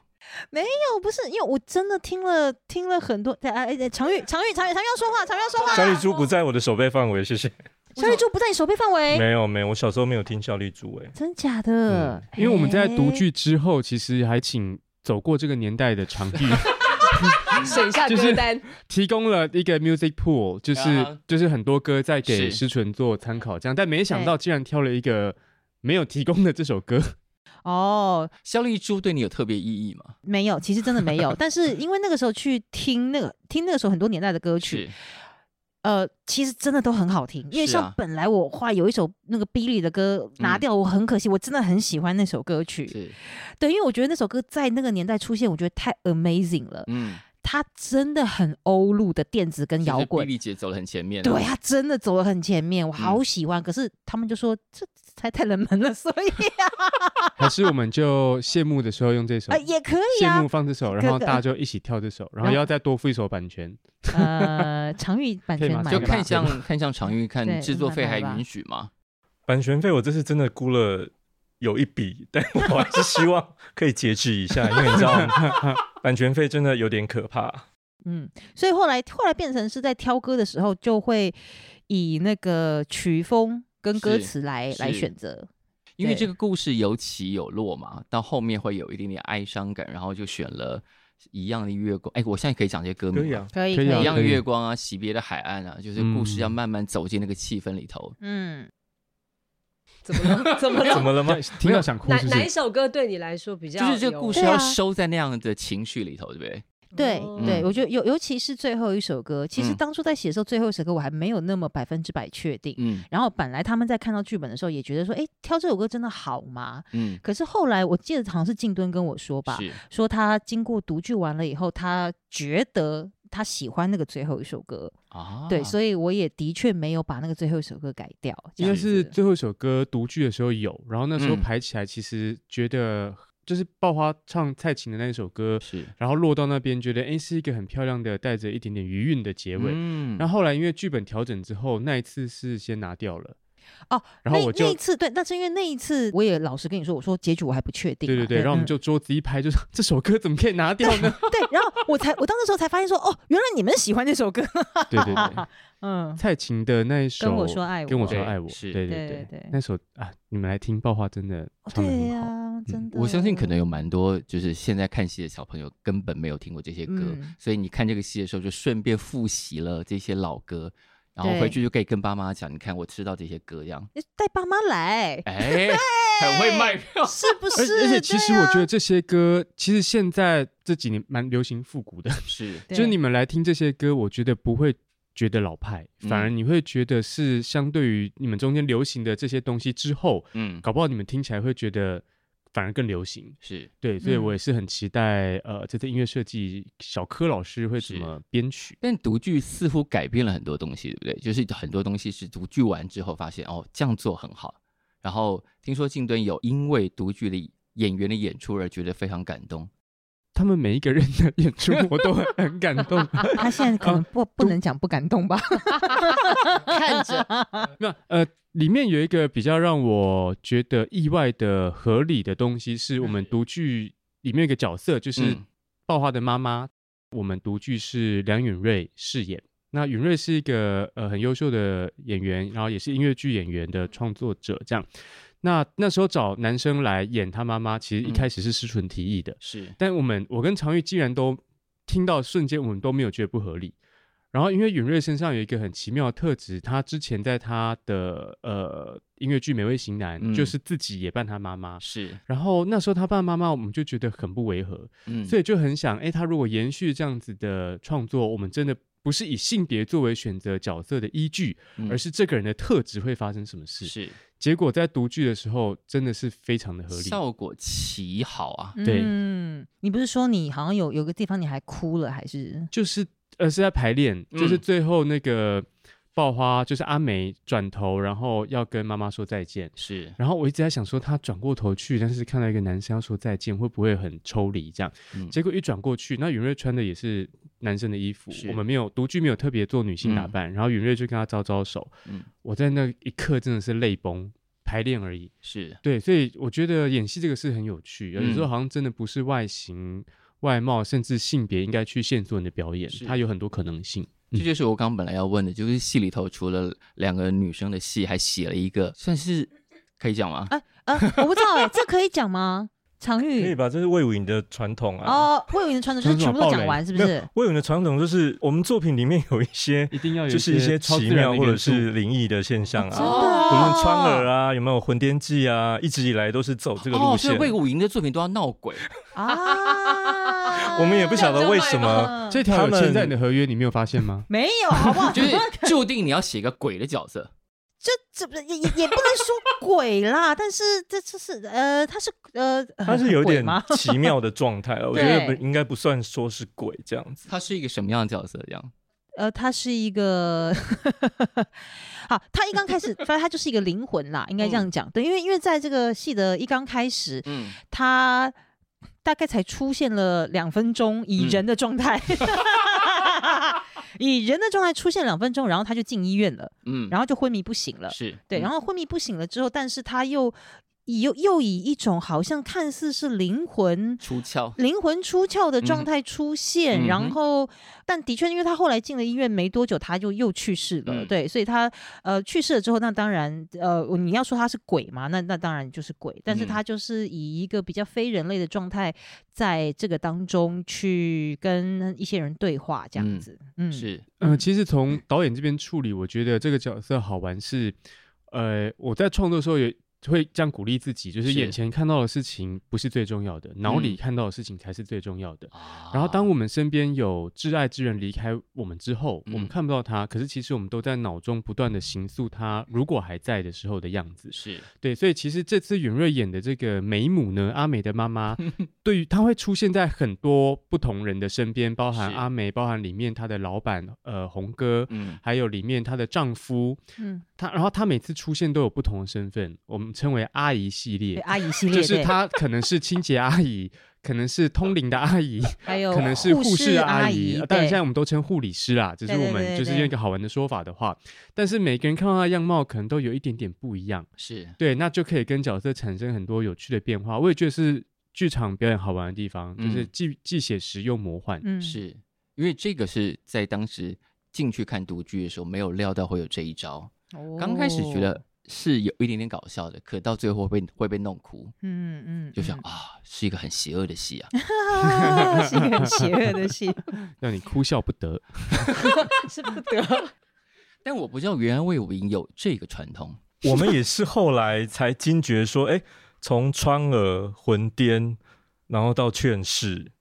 [SPEAKER 4] 没有，不是，因为我真的听了听了很多。哎哎，哎常玉，常玉，常玉，常玉要说话，常玉要说话。
[SPEAKER 1] 啊
[SPEAKER 2] 小丽珠不在我的手背范围，谢谢。
[SPEAKER 4] 小玉珠不在你手背范围，
[SPEAKER 2] 没有没有，我小时候没有听小丽珠哎。
[SPEAKER 4] 真假的？
[SPEAKER 5] 嗯因为我们在读
[SPEAKER 4] 哎
[SPEAKER 5] 剧之后，其实还请走过这个年代的场地
[SPEAKER 3] 省下歌单，
[SPEAKER 5] 提供了一个 music pool，就是、
[SPEAKER 1] 啊
[SPEAKER 5] 就是很多歌在给
[SPEAKER 1] 是
[SPEAKER 5] 诗纯做参考，这样。但没想到竟然挑了一个没有提供的这首歌，
[SPEAKER 4] 哦，
[SPEAKER 1] 肖丽珠对你有特别意义吗？
[SPEAKER 4] 没有，其实真的没有。但是因为那个时候去听那个听那个时候很多年代的歌曲，
[SPEAKER 1] 是
[SPEAKER 4] 呃，其实真的都很好听。因为
[SPEAKER 1] 是
[SPEAKER 4] 像
[SPEAKER 1] 啊
[SPEAKER 4] 本来我话有一首那个 Billy 的歌拿
[SPEAKER 1] 嗯
[SPEAKER 4] 掉，我很可惜，我真的很喜欢那首歌曲。
[SPEAKER 1] 是，
[SPEAKER 4] 对，因为我觉得那首歌在那个年代出现，我觉得太 amazing 了。
[SPEAKER 1] 嗯，
[SPEAKER 4] 它真的很欧陆的电子跟摇滚
[SPEAKER 1] 丽，姐走得很前面。
[SPEAKER 4] 对，，她真的走得很前面，
[SPEAKER 1] 嗯
[SPEAKER 4] 我好喜欢。可是他们就说这才太冷门了，所 以
[SPEAKER 5] 还是我们就谢幕的时候用这首
[SPEAKER 4] 呃。也可以
[SPEAKER 5] 谢
[SPEAKER 4] 啊
[SPEAKER 5] 幕。放这首，然后大家就一起跳这首，然后要再多付一首版权。
[SPEAKER 4] 呃，常玉版
[SPEAKER 5] 可以
[SPEAKER 4] 权
[SPEAKER 5] 吗
[SPEAKER 4] 买
[SPEAKER 1] 就
[SPEAKER 4] 了
[SPEAKER 1] 看
[SPEAKER 4] 吧
[SPEAKER 1] 向看向常玉，看
[SPEAKER 4] 对
[SPEAKER 1] 制作费还
[SPEAKER 4] 买吧
[SPEAKER 1] 允许吗？
[SPEAKER 2] 版权费我这次真的估了有一笔，但我还是希望可以节制一下，因为你 知道，版权费真的有点可怕。
[SPEAKER 4] 嗯，所以后来后来变成是在挑歌的时候，就会以那个曲风跟歌
[SPEAKER 1] 是
[SPEAKER 4] 词来来
[SPEAKER 1] 是
[SPEAKER 4] 选择。
[SPEAKER 1] 因为
[SPEAKER 4] 对
[SPEAKER 1] 这个故事有起有落嘛，到后面会有一点点哀伤感，然后就选了一样的月光。哎，我现在可以讲这些歌名
[SPEAKER 2] 可
[SPEAKER 1] 吗
[SPEAKER 2] 以啊，
[SPEAKER 4] 可以
[SPEAKER 5] 可以啊
[SPEAKER 1] 一样的
[SPEAKER 5] 可以
[SPEAKER 1] 月光啊，惜别的海岸啊，就是故事要
[SPEAKER 5] 嗯
[SPEAKER 1] 慢慢走进那个气氛里头。
[SPEAKER 4] 嗯，
[SPEAKER 3] 怎么了？ 怎么
[SPEAKER 2] 怎
[SPEAKER 3] 了？
[SPEAKER 2] 么了吗？
[SPEAKER 5] 听到想哭
[SPEAKER 3] 哪
[SPEAKER 5] 是不
[SPEAKER 3] 哪一
[SPEAKER 5] 是？
[SPEAKER 3] 首歌对你来说比较
[SPEAKER 1] 就
[SPEAKER 3] 有？
[SPEAKER 1] 是这个故事
[SPEAKER 4] 对啊
[SPEAKER 1] 要收在那样的情绪里头，对不对？
[SPEAKER 4] 对
[SPEAKER 3] 哦
[SPEAKER 4] 对，
[SPEAKER 1] 嗯
[SPEAKER 4] 我觉得尤尤其是最后一首歌，其实
[SPEAKER 1] 嗯
[SPEAKER 4] 当初在写的时候，最后一首歌我还没有那么百分之百确定。
[SPEAKER 1] 嗯
[SPEAKER 4] 然后本来他们在看到剧本的时候，也觉得说，哎，挑这首歌真的好吗？
[SPEAKER 1] 嗯，
[SPEAKER 4] 可是后来我记得好像是静敦跟我说吧，
[SPEAKER 1] 是
[SPEAKER 4] 说他经过读剧完了以后，他觉得他喜欢那个最后一首歌，
[SPEAKER 1] 啊，
[SPEAKER 5] 哦
[SPEAKER 4] 对，所以我也的确没有把那个最后一首歌改掉，这
[SPEAKER 5] 应
[SPEAKER 4] 样
[SPEAKER 5] 该是
[SPEAKER 4] 子
[SPEAKER 5] 最后一首歌独剧的时候有，然后那时候
[SPEAKER 1] 嗯
[SPEAKER 5] 排起来，其实觉得就是爆花唱蔡琴的那一首歌，
[SPEAKER 1] 是
[SPEAKER 5] 然后落到那边觉得诶是一个很漂亮的带着一点点余韵的结尾。
[SPEAKER 1] 嗯
[SPEAKER 5] 然后后来因为剧本调整之后，那一次是先拿掉了，
[SPEAKER 4] 哦，
[SPEAKER 5] 然后
[SPEAKER 4] 那
[SPEAKER 5] 我
[SPEAKER 4] 那
[SPEAKER 5] 就
[SPEAKER 4] 一次对，但是因为那一次我也老实跟你说，我说结局我还不确定
[SPEAKER 5] 对对
[SPEAKER 4] 嘛。
[SPEAKER 5] 对，然后我们
[SPEAKER 4] 嗯
[SPEAKER 5] 就桌子一拍，就是这首歌怎么可以拿掉呢？
[SPEAKER 4] 对，然后我才我到那时候才发现说，哦，原来你们喜欢这首歌。
[SPEAKER 5] 对对 对，
[SPEAKER 4] 嗯，
[SPEAKER 5] 蔡琴的那一首
[SPEAKER 4] 跟我说爱我，
[SPEAKER 5] 跟我说
[SPEAKER 1] 对
[SPEAKER 5] 爱我，
[SPEAKER 1] 是
[SPEAKER 5] 对
[SPEAKER 4] 对
[SPEAKER 5] 对
[SPEAKER 4] 对对
[SPEAKER 5] 那首啊，你们来听爆花真的
[SPEAKER 4] 哦
[SPEAKER 5] 唱的
[SPEAKER 4] 对
[SPEAKER 5] 很
[SPEAKER 4] 呀、
[SPEAKER 5] 好，嗯
[SPEAKER 4] 真的、
[SPEAKER 1] 我相信可能有蛮多就是现在看戏的小朋友根本没有听过这些歌，
[SPEAKER 4] 嗯
[SPEAKER 1] 所以你看这个戏的时候就顺便复习了这些老歌，然后
[SPEAKER 4] 对
[SPEAKER 1] 回去就可以跟爸妈讲，你看我知道这些歌这 样。
[SPEAKER 4] 诶嗯带爸妈来，
[SPEAKER 1] 哎，很会卖票。
[SPEAKER 4] 是不
[SPEAKER 5] 而
[SPEAKER 4] 是？
[SPEAKER 5] 而且其实
[SPEAKER 4] 对啊
[SPEAKER 5] 我觉得这些歌，其实现在这几年蛮流行复古的，
[SPEAKER 1] 是，
[SPEAKER 5] 就是你
[SPEAKER 4] 对
[SPEAKER 5] 们来听这些歌，我觉得不会觉得老派，反而
[SPEAKER 1] 嗯
[SPEAKER 5] 你会觉得是相对于你们中间流行的这些东西之后，
[SPEAKER 1] 嗯，
[SPEAKER 5] 搞不好你们听起来会觉得反而更流行。
[SPEAKER 1] 是，
[SPEAKER 5] 对，所以
[SPEAKER 4] 嗯
[SPEAKER 5] 我也是很期待，呃，这次音乐设计小柯老师会怎
[SPEAKER 1] 是
[SPEAKER 5] 么编曲。
[SPEAKER 1] 但独剧似乎改变了很多东西，对不对？就是很多东西是独剧完之后发现，哦，这样做很好。然后听说静敦有因为独剧的演员的演出而觉得非常感动。
[SPEAKER 5] 他们每一个人的 演出我都很很感 动。
[SPEAKER 4] 啊他现在可能
[SPEAKER 5] 啊
[SPEAKER 4] 不、不能讲不感动吧？
[SPEAKER 3] 看着，
[SPEAKER 5] 那呃，里面有一个比较让我觉得意外的合理的东西，是我们独剧里面有一个角色，就是
[SPEAKER 1] 嗯
[SPEAKER 5] 爆花的妈妈。我们独剧是梁允瑞饰演。那允瑞是一个呃很优秀的演员，然后也是音乐剧演员的创作者。这样，那那时候找男生来演他妈妈，其实一
[SPEAKER 1] 嗯
[SPEAKER 5] 开始是施纯提议的，
[SPEAKER 1] 是，
[SPEAKER 5] 但我们我跟常玉既然都听到瞬间，我们都没有觉得不合理。然后，因为允瑞身上有一个很奇妙的特质，他之前在他的呃音乐剧《美味型男》
[SPEAKER 1] 嗯
[SPEAKER 5] 就是自己也扮他妈妈，
[SPEAKER 1] 是，
[SPEAKER 5] 然后那时候他爸妈妈我们就觉得很不违和，
[SPEAKER 1] 嗯，
[SPEAKER 5] 所以就很想，哎，他如果延续这样子的创作，我们真的不是以性别作为选择角色的依据，
[SPEAKER 1] 嗯
[SPEAKER 5] 而是这个人的特质会发生什么事。
[SPEAKER 1] 是
[SPEAKER 5] 结果在读剧的时候，真的是非常的合理。
[SPEAKER 1] 效果奇好啊，
[SPEAKER 5] 对
[SPEAKER 4] 嗯，你不是说你好像有有个地方你还哭了，还是
[SPEAKER 5] 就是呃是在排练，就是
[SPEAKER 1] 嗯
[SPEAKER 5] 最后那个爆花，就是阿梅转头，然后要跟妈妈说再见。
[SPEAKER 1] 是，
[SPEAKER 5] 然后我一直在想说，她转过头去，但是看到一个男生要说再见，会不会很抽离这样？
[SPEAKER 1] 嗯
[SPEAKER 5] 结果一转过去，那允瑞穿的也是男生的衣服
[SPEAKER 1] 是，
[SPEAKER 5] 我们没有独居，没有特别做女性打扮。然后允瑞就跟他招招手，
[SPEAKER 1] 嗯
[SPEAKER 5] 我在那一刻真的是泪崩，排练而已。
[SPEAKER 1] 是，
[SPEAKER 5] 对，所以我觉得演戏这个是很有趣，有的时候
[SPEAKER 1] 嗯
[SPEAKER 5] 好像真的不是外形、外貌，甚至性别应该去限缩你的表演
[SPEAKER 1] 是，
[SPEAKER 5] 它有很多可能性。
[SPEAKER 1] 这就是我刚刚本来要问的，就是戏里头除了两个女生的戏，还写了一个算是可以讲吗？
[SPEAKER 4] 呃，我不知道哎、这可以讲吗？ 常
[SPEAKER 2] 可以
[SPEAKER 4] 玉
[SPEAKER 2] 吧？这是魏武营的传统啊。
[SPEAKER 4] 哦，魏武营的传统就
[SPEAKER 5] 传
[SPEAKER 4] 是
[SPEAKER 5] 统
[SPEAKER 4] 全部都
[SPEAKER 5] 暴
[SPEAKER 4] 讲
[SPEAKER 5] 雷
[SPEAKER 4] 完，是不
[SPEAKER 2] 没有
[SPEAKER 4] 是？
[SPEAKER 2] 魏武营的传统就是我们作品里面有一些，
[SPEAKER 5] 一定要 有
[SPEAKER 2] 就是一些
[SPEAKER 5] 超自
[SPEAKER 2] 奇
[SPEAKER 5] 然
[SPEAKER 2] 妙
[SPEAKER 5] 的
[SPEAKER 2] 或者
[SPEAKER 5] 元素
[SPEAKER 2] 是灵异的现象
[SPEAKER 4] 真的哦、
[SPEAKER 2] 啊。无论川儿啊，有没有《魂颠记》啊，一直以来都是走这个路
[SPEAKER 1] 哦，所
[SPEAKER 2] 线
[SPEAKER 1] 以。魏武营的作品都要闹 鬼，
[SPEAKER 4] 啊
[SPEAKER 2] 我们也不晓得为什么。
[SPEAKER 4] 嗯
[SPEAKER 5] 这条
[SPEAKER 2] 他
[SPEAKER 5] 有
[SPEAKER 2] 们
[SPEAKER 5] 签在你的合约，你没有发现 吗？
[SPEAKER 4] 没有，好 不好？
[SPEAKER 1] 就是注定你要写一个鬼的角色。
[SPEAKER 4] 这这不也也也不能说鬼啦， 但是这这是呃，他是呃，
[SPEAKER 2] 它是有
[SPEAKER 4] 鬼
[SPEAKER 2] 点
[SPEAKER 4] 吗？
[SPEAKER 2] 奇妙的状态啊，我觉得不
[SPEAKER 4] 对
[SPEAKER 2] 应该不算说是鬼这样子。
[SPEAKER 1] 他是一个什么样的角色？这样
[SPEAKER 4] 呃，他是一个， 好，他一刚开始，反正他就是一个灵魂啦，应该这样
[SPEAKER 2] 嗯
[SPEAKER 4] 讲。对，因为因为在这个戏的一刚开始，
[SPEAKER 1] 嗯，
[SPEAKER 4] 他大概才出现了两分钟，以人的状态。 以人的状态出现两分钟，然后他就进医院了，
[SPEAKER 1] 嗯
[SPEAKER 4] 然后就昏迷不醒了。
[SPEAKER 1] 是嗯
[SPEAKER 4] 对，然后昏迷不醒了之后，但是他又以又又以一种好像看似是灵魂
[SPEAKER 1] 出窍，
[SPEAKER 4] 灵魂出窍的
[SPEAKER 1] 嗯
[SPEAKER 4] 状态出现，
[SPEAKER 1] 嗯哼
[SPEAKER 4] 然后但的确，因为他后来进了医院没多久，他就又去世了。
[SPEAKER 1] 嗯
[SPEAKER 4] 对，所以他呃去世了之后，那当然呃你要说他是鬼嘛，那那当然就是鬼，但是
[SPEAKER 1] 嗯
[SPEAKER 4] 他就是以一个比较非人类的状态，在这个当中去跟一些人对话，这
[SPEAKER 1] 嗯
[SPEAKER 4] 样子。嗯，
[SPEAKER 1] 是
[SPEAKER 5] 嗯、其实从导演这边处理，我觉得这个角色好玩是，呃，我在创作的时候也会这样鼓励自己，就是
[SPEAKER 1] 是
[SPEAKER 5] 眼前看到的事情不是最重要的，脑
[SPEAKER 1] 嗯
[SPEAKER 5] 里看到的事情才是最重要的。
[SPEAKER 1] 啊
[SPEAKER 5] 然后，当我们身边有挚爱之人离开我们之后，我
[SPEAKER 1] 嗯
[SPEAKER 5] 们看不到他，可是其实我们都在脑中不断的形塑他如果还在的时候的样子。
[SPEAKER 1] 是
[SPEAKER 5] 对，所以其实这次允瑞演的这个美母呢，阿美的妈妈，对于她会出现在很多不同人的身边，包含
[SPEAKER 1] 是
[SPEAKER 5] 阿美，包含里面她的老板呃红哥，
[SPEAKER 1] 嗯
[SPEAKER 5] 还有里面她的丈夫，
[SPEAKER 4] 嗯，
[SPEAKER 5] 她然后她每次出现都有不同的身份，我们称为阿姨系
[SPEAKER 4] 对
[SPEAKER 5] 列，
[SPEAKER 4] 阿姨系列，
[SPEAKER 5] 就是
[SPEAKER 4] 对
[SPEAKER 5] 她可能是清洁阿姨，可能是通灵的阿姨。
[SPEAKER 4] 还有
[SPEAKER 5] 可能是护士
[SPEAKER 4] 士
[SPEAKER 5] 阿
[SPEAKER 4] 姨
[SPEAKER 5] 姨，，当然
[SPEAKER 4] 对
[SPEAKER 5] 现在我们都称护理师啦，只是
[SPEAKER 4] 对对
[SPEAKER 5] 我
[SPEAKER 4] 对
[SPEAKER 5] 们就是
[SPEAKER 4] 对
[SPEAKER 5] 用一个好玩的说法的话，但是每个人看到他的样貌可能都有一点点不一样，
[SPEAKER 1] 是
[SPEAKER 5] 对，那就可以跟角色产生很多有趣的变化。我也觉得是剧场表演好玩的地方，就是
[SPEAKER 1] 嗯
[SPEAKER 5] 既既写实又魔幻。
[SPEAKER 4] 嗯
[SPEAKER 1] 是，因为这个是在当时进去看独居的时候没有料到会有这一招，刚开始觉
[SPEAKER 4] 哦
[SPEAKER 1] 得是有一点点搞笑的，可到最后会被会被弄哭，
[SPEAKER 4] 嗯嗯，
[SPEAKER 1] 就想
[SPEAKER 4] 嗯
[SPEAKER 1] 啊是一个很邪恶的戏啊，
[SPEAKER 4] 是一个很邪恶的戏，
[SPEAKER 5] 让你哭笑不得。
[SPEAKER 4] 是不 得。
[SPEAKER 1] 但我不知道原来魏武营有这个传统，
[SPEAKER 2] 我们也是后来才惊觉说，哎，从川儿、魂颠，然后到劝世，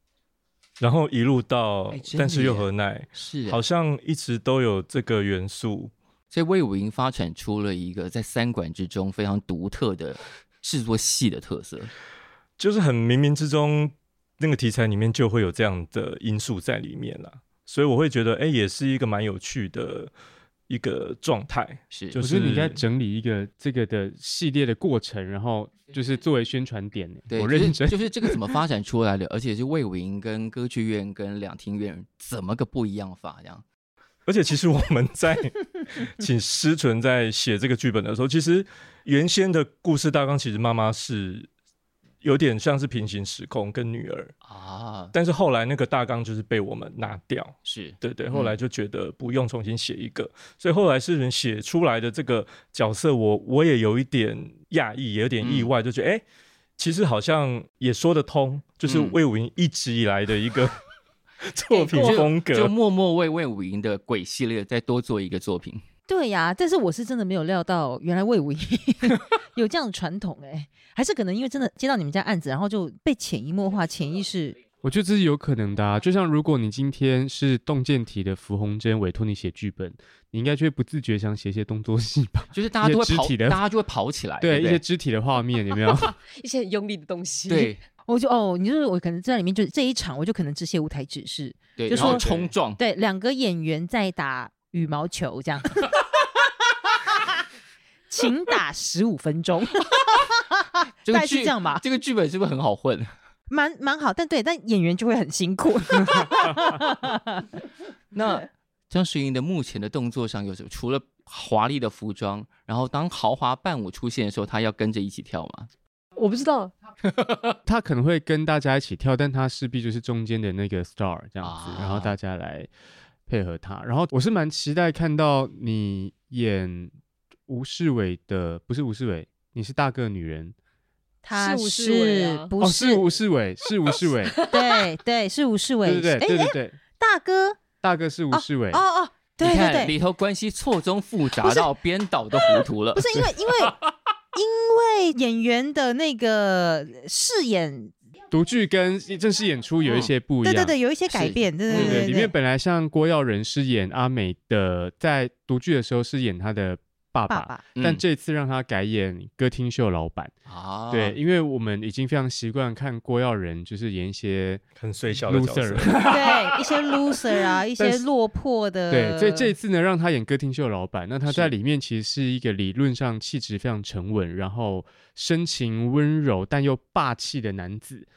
[SPEAKER 2] 然后一路到
[SPEAKER 1] 哎真的
[SPEAKER 2] 但是又
[SPEAKER 1] 耶
[SPEAKER 2] 何奈，
[SPEAKER 1] 是啊
[SPEAKER 2] 好像一直都有这个元素。
[SPEAKER 1] 所以魏武营发展出了一个在三馆之中非常独特的制作戏的特色，
[SPEAKER 2] 就是很冥冥之中，那个题材里面就会有这样的因素在里面啦，所以我会觉得，哎、也是一个蛮有趣的一个状态。
[SPEAKER 1] 是
[SPEAKER 2] 就
[SPEAKER 5] 我
[SPEAKER 2] 是
[SPEAKER 5] 觉得你应该整理一个这个的系列的过程，然后就是作为宣传点。
[SPEAKER 1] 对，
[SPEAKER 5] 我
[SPEAKER 1] 就是
[SPEAKER 5] 认真。
[SPEAKER 1] 就是这个怎么发展出来的，而且是魏武营跟歌剧院跟两厅院怎么个不一样法这样，
[SPEAKER 2] 而且其实我们 在请师纯在写这个剧本的时候，其实原先的故事大纲其实妈妈是有点像是平行时空跟女儿，
[SPEAKER 1] 啊，
[SPEAKER 2] 但是后来那个大纲就是被我们拿掉，
[SPEAKER 1] 是
[SPEAKER 2] 对对，
[SPEAKER 1] 嗯
[SPEAKER 2] 后来就觉得不用重新写一个，所以后来诗人写出来的这个角色我，我也有一点讶异，也有点意外，就觉得哎、诶其实好像也说得通，就是
[SPEAKER 1] 嗯哎
[SPEAKER 2] 魏武营一直以来的一个、 作品风
[SPEAKER 1] 就
[SPEAKER 2] 格，
[SPEAKER 1] 默默为魏武营的鬼系列再多做一个作品。
[SPEAKER 4] 对呀、但是我是真的没有料到，原来魏武营 有这样的传统哎、还是可能因为真的接到你们家案子，然后就被潜移默化、潜意识
[SPEAKER 5] 我觉得这是有可能的、啊。就像如果你今天是洞见体的符红珍委托你写剧本，你应该就会不自觉想写一些动作戏吧？
[SPEAKER 1] 就是大家都
[SPEAKER 5] 一
[SPEAKER 1] 会
[SPEAKER 5] 些肢
[SPEAKER 1] 跑
[SPEAKER 5] 体，的
[SPEAKER 1] 大家就会跑起来，
[SPEAKER 5] 对，
[SPEAKER 1] 对
[SPEAKER 5] 一
[SPEAKER 1] 不
[SPEAKER 5] 些肢体的画面有没有？
[SPEAKER 3] 一些很用力的东西。
[SPEAKER 1] 对，对
[SPEAKER 4] 我就哦，你就是我可能在里面就这一场，我就可能只写舞台指示，
[SPEAKER 1] 对，
[SPEAKER 4] 就
[SPEAKER 1] 然后
[SPEAKER 5] 说
[SPEAKER 1] 冲撞，
[SPEAKER 4] 对，两个演员在打羽毛球这样， 请打十五分钟，
[SPEAKER 1] 这个
[SPEAKER 4] 大概是
[SPEAKER 1] 剧
[SPEAKER 4] 这样吧
[SPEAKER 1] 这个剧本是不是很好混？
[SPEAKER 4] 蛮蛮好，但对，但演员就会很辛苦。
[SPEAKER 1] 那张诗颖的目前的动作上有什么？除了华丽的服装，然后当豪华伴舞出现的时候，她要跟着一起跳吗？
[SPEAKER 3] 我不知道，
[SPEAKER 5] 他可能会跟大家一起跳，但他势必就是中间的那个 star 这样子，
[SPEAKER 1] 啊
[SPEAKER 5] 然后大家来配合他。然后我是蛮期待看到你演吴世伟的，不是吴世伟，你是大个女人，
[SPEAKER 4] 他
[SPEAKER 3] 是吴世伟啊
[SPEAKER 4] 不
[SPEAKER 5] 哦，
[SPEAKER 4] 是
[SPEAKER 5] 是吴世伟，是吴世伟，
[SPEAKER 4] 对对，是吴世
[SPEAKER 5] 对对
[SPEAKER 4] 伟，
[SPEAKER 5] 对对
[SPEAKER 4] 哎，
[SPEAKER 5] 对对，
[SPEAKER 4] 大哥，
[SPEAKER 5] 大个是吴世伟，
[SPEAKER 4] 哦哦，对
[SPEAKER 1] 你
[SPEAKER 4] 对
[SPEAKER 1] 看
[SPEAKER 4] 对，
[SPEAKER 1] 里头关系错综复
[SPEAKER 4] 不
[SPEAKER 1] 杂
[SPEAKER 4] 是
[SPEAKER 1] 到编导都糊涂了
[SPEAKER 4] 不。是因为 因为因为演员的那个饰演，
[SPEAKER 5] 独剧跟正式演出有一些不一
[SPEAKER 4] 对
[SPEAKER 5] 样，
[SPEAKER 4] 对对，有一些改
[SPEAKER 1] 是
[SPEAKER 4] 变，对
[SPEAKER 5] 对对，
[SPEAKER 4] 对
[SPEAKER 5] 里面本来像郭耀仁饰演阿美的，在独剧的时候是演他的爸
[SPEAKER 4] 爸爸
[SPEAKER 5] 但
[SPEAKER 1] 嗯
[SPEAKER 5] 这次让他改演歌厅秀老板。
[SPEAKER 1] 啊，
[SPEAKER 5] 对，，因为我们已经非常习惯看郭耀仁，就是演一些
[SPEAKER 2] 很水小的角色
[SPEAKER 5] loser。。
[SPEAKER 4] 对一 些 loser 啊，一
[SPEAKER 5] 但
[SPEAKER 4] 些
[SPEAKER 5] 是
[SPEAKER 4] 落魄的，
[SPEAKER 5] 对，所以这一次呢，让他演歌厅秀老板。那他在
[SPEAKER 1] 是
[SPEAKER 5] 里面其实是一个理论上气质非常沉稳，然后深情温柔但又霸气的男 子。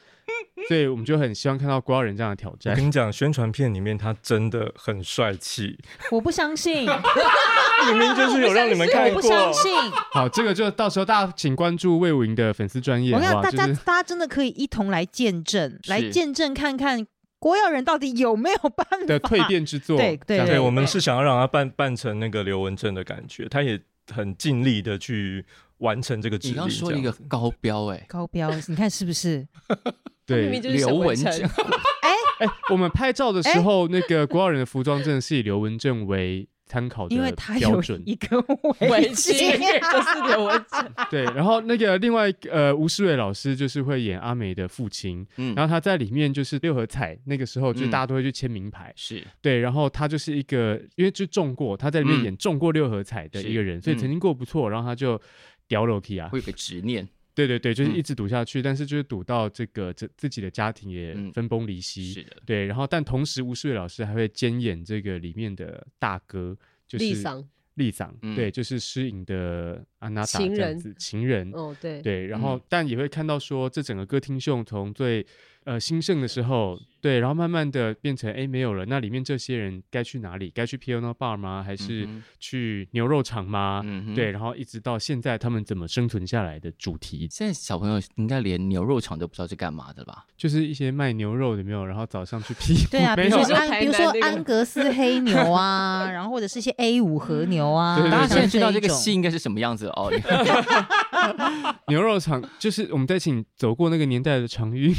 [SPEAKER 5] 所以我们就很希望看到郭耀仁这样的挑
[SPEAKER 2] 我
[SPEAKER 5] 战。
[SPEAKER 2] 跟你讲，宣传片里面他真的很帅 气，
[SPEAKER 4] 我不相 信，
[SPEAKER 2] 明明就是有让你们
[SPEAKER 4] 我
[SPEAKER 2] 看
[SPEAKER 4] 不
[SPEAKER 2] 过。
[SPEAKER 4] 相信，
[SPEAKER 5] 好，这个就到时候大家请关注魏武营的粉丝专业，
[SPEAKER 4] 我跟你
[SPEAKER 5] 好
[SPEAKER 4] 讲，
[SPEAKER 5] 不好？就
[SPEAKER 4] 大家
[SPEAKER 5] 是
[SPEAKER 4] 大家真的可以一同来见证，
[SPEAKER 1] 是
[SPEAKER 4] 来见证看看郭耀仁到底有没有办 法
[SPEAKER 5] 的蜕，变之作。
[SPEAKER 4] 对对
[SPEAKER 5] 这样
[SPEAKER 2] 对，
[SPEAKER 5] 子
[SPEAKER 2] 我们是想要让他扮扮成那个刘文正的感觉，他也很尽力的去完成这个指
[SPEAKER 1] 你
[SPEAKER 2] 令。
[SPEAKER 1] 刚说了一
[SPEAKER 2] 这
[SPEAKER 1] 个
[SPEAKER 2] 样
[SPEAKER 1] 高标 哎、
[SPEAKER 4] 高标，你看是不是？
[SPEAKER 3] 明
[SPEAKER 5] 对
[SPEAKER 3] 明，就是沈
[SPEAKER 1] 刘文
[SPEAKER 3] 成
[SPEAKER 1] 正
[SPEAKER 5] 哎，我们拍照的时候，那个郭耀仁的服装真的是以刘文正为参考
[SPEAKER 4] 因为
[SPEAKER 5] 的
[SPEAKER 4] 他
[SPEAKER 5] 标
[SPEAKER 4] 有
[SPEAKER 5] 准。
[SPEAKER 4] 一个
[SPEAKER 3] 围
[SPEAKER 4] 围
[SPEAKER 3] 巾，就是刘文正。
[SPEAKER 5] 对，然后那个另外一个呃吴世伟老师就是会演阿美的父亲，
[SPEAKER 1] 嗯，
[SPEAKER 5] 然后他在里面就是六合彩那个时候就
[SPEAKER 1] 嗯
[SPEAKER 5] 大家都会去签名牌，
[SPEAKER 1] 是
[SPEAKER 5] 对，然后他就是一个因为就中过，他在里面
[SPEAKER 1] 嗯
[SPEAKER 5] 演中过六合彩的一个人，
[SPEAKER 1] 是
[SPEAKER 5] 所以
[SPEAKER 1] 嗯
[SPEAKER 5] 曾经过得不错，然后他就掉楼梯啊，
[SPEAKER 1] 会有个执念，
[SPEAKER 5] 对对对，就是
[SPEAKER 1] 嗯
[SPEAKER 5] 一直赌下去，但是就是赌到这个这自己的家庭也
[SPEAKER 1] 嗯
[SPEAKER 5] 分崩离析，
[SPEAKER 1] 是的，
[SPEAKER 5] 对，然后但同时吴世伟老师还会兼演这个里面的大哥，就是
[SPEAKER 3] 丽桑，
[SPEAKER 5] 丽桑，
[SPEAKER 1] 嗯
[SPEAKER 5] 对，就是诗颖的安娜达
[SPEAKER 3] 情
[SPEAKER 5] 这样
[SPEAKER 3] 人
[SPEAKER 5] 子情人，
[SPEAKER 3] 哦，对，
[SPEAKER 5] 对，然后、
[SPEAKER 1] 嗯
[SPEAKER 5] 但也会看到说，这整个歌厅秀从最呃兴盛的时候，对，然后慢慢的变成哎没有了，那里面这些人该去哪里？该去 Piano Bar 吗？还是
[SPEAKER 1] 嗯哼
[SPEAKER 5] 去牛肉场吗？
[SPEAKER 1] 嗯哼
[SPEAKER 5] 对，。然后一直到现在，他们怎么生存下来的主题，
[SPEAKER 1] 现在小朋友应该连牛肉厂都不知道是干嘛的吧？
[SPEAKER 5] 就是一些卖牛肉的有没有，然后早上去 批
[SPEAKER 4] 对啊，比
[SPEAKER 5] 没
[SPEAKER 4] 如
[SPEAKER 5] 有
[SPEAKER 4] 说
[SPEAKER 3] 说
[SPEAKER 4] 安，
[SPEAKER 3] 台
[SPEAKER 4] 比如
[SPEAKER 3] 南
[SPEAKER 4] 说
[SPEAKER 3] 那个
[SPEAKER 4] 安格斯黑牛 啊，然后或者是一些 A 五和牛啊，
[SPEAKER 5] 对对对
[SPEAKER 1] 大家
[SPEAKER 5] 对
[SPEAKER 1] 现在知道这个
[SPEAKER 4] 种
[SPEAKER 1] 戏应该是什么样子了 哦。
[SPEAKER 5] 牛肉场，就是我们在请走过那个年代的常玉，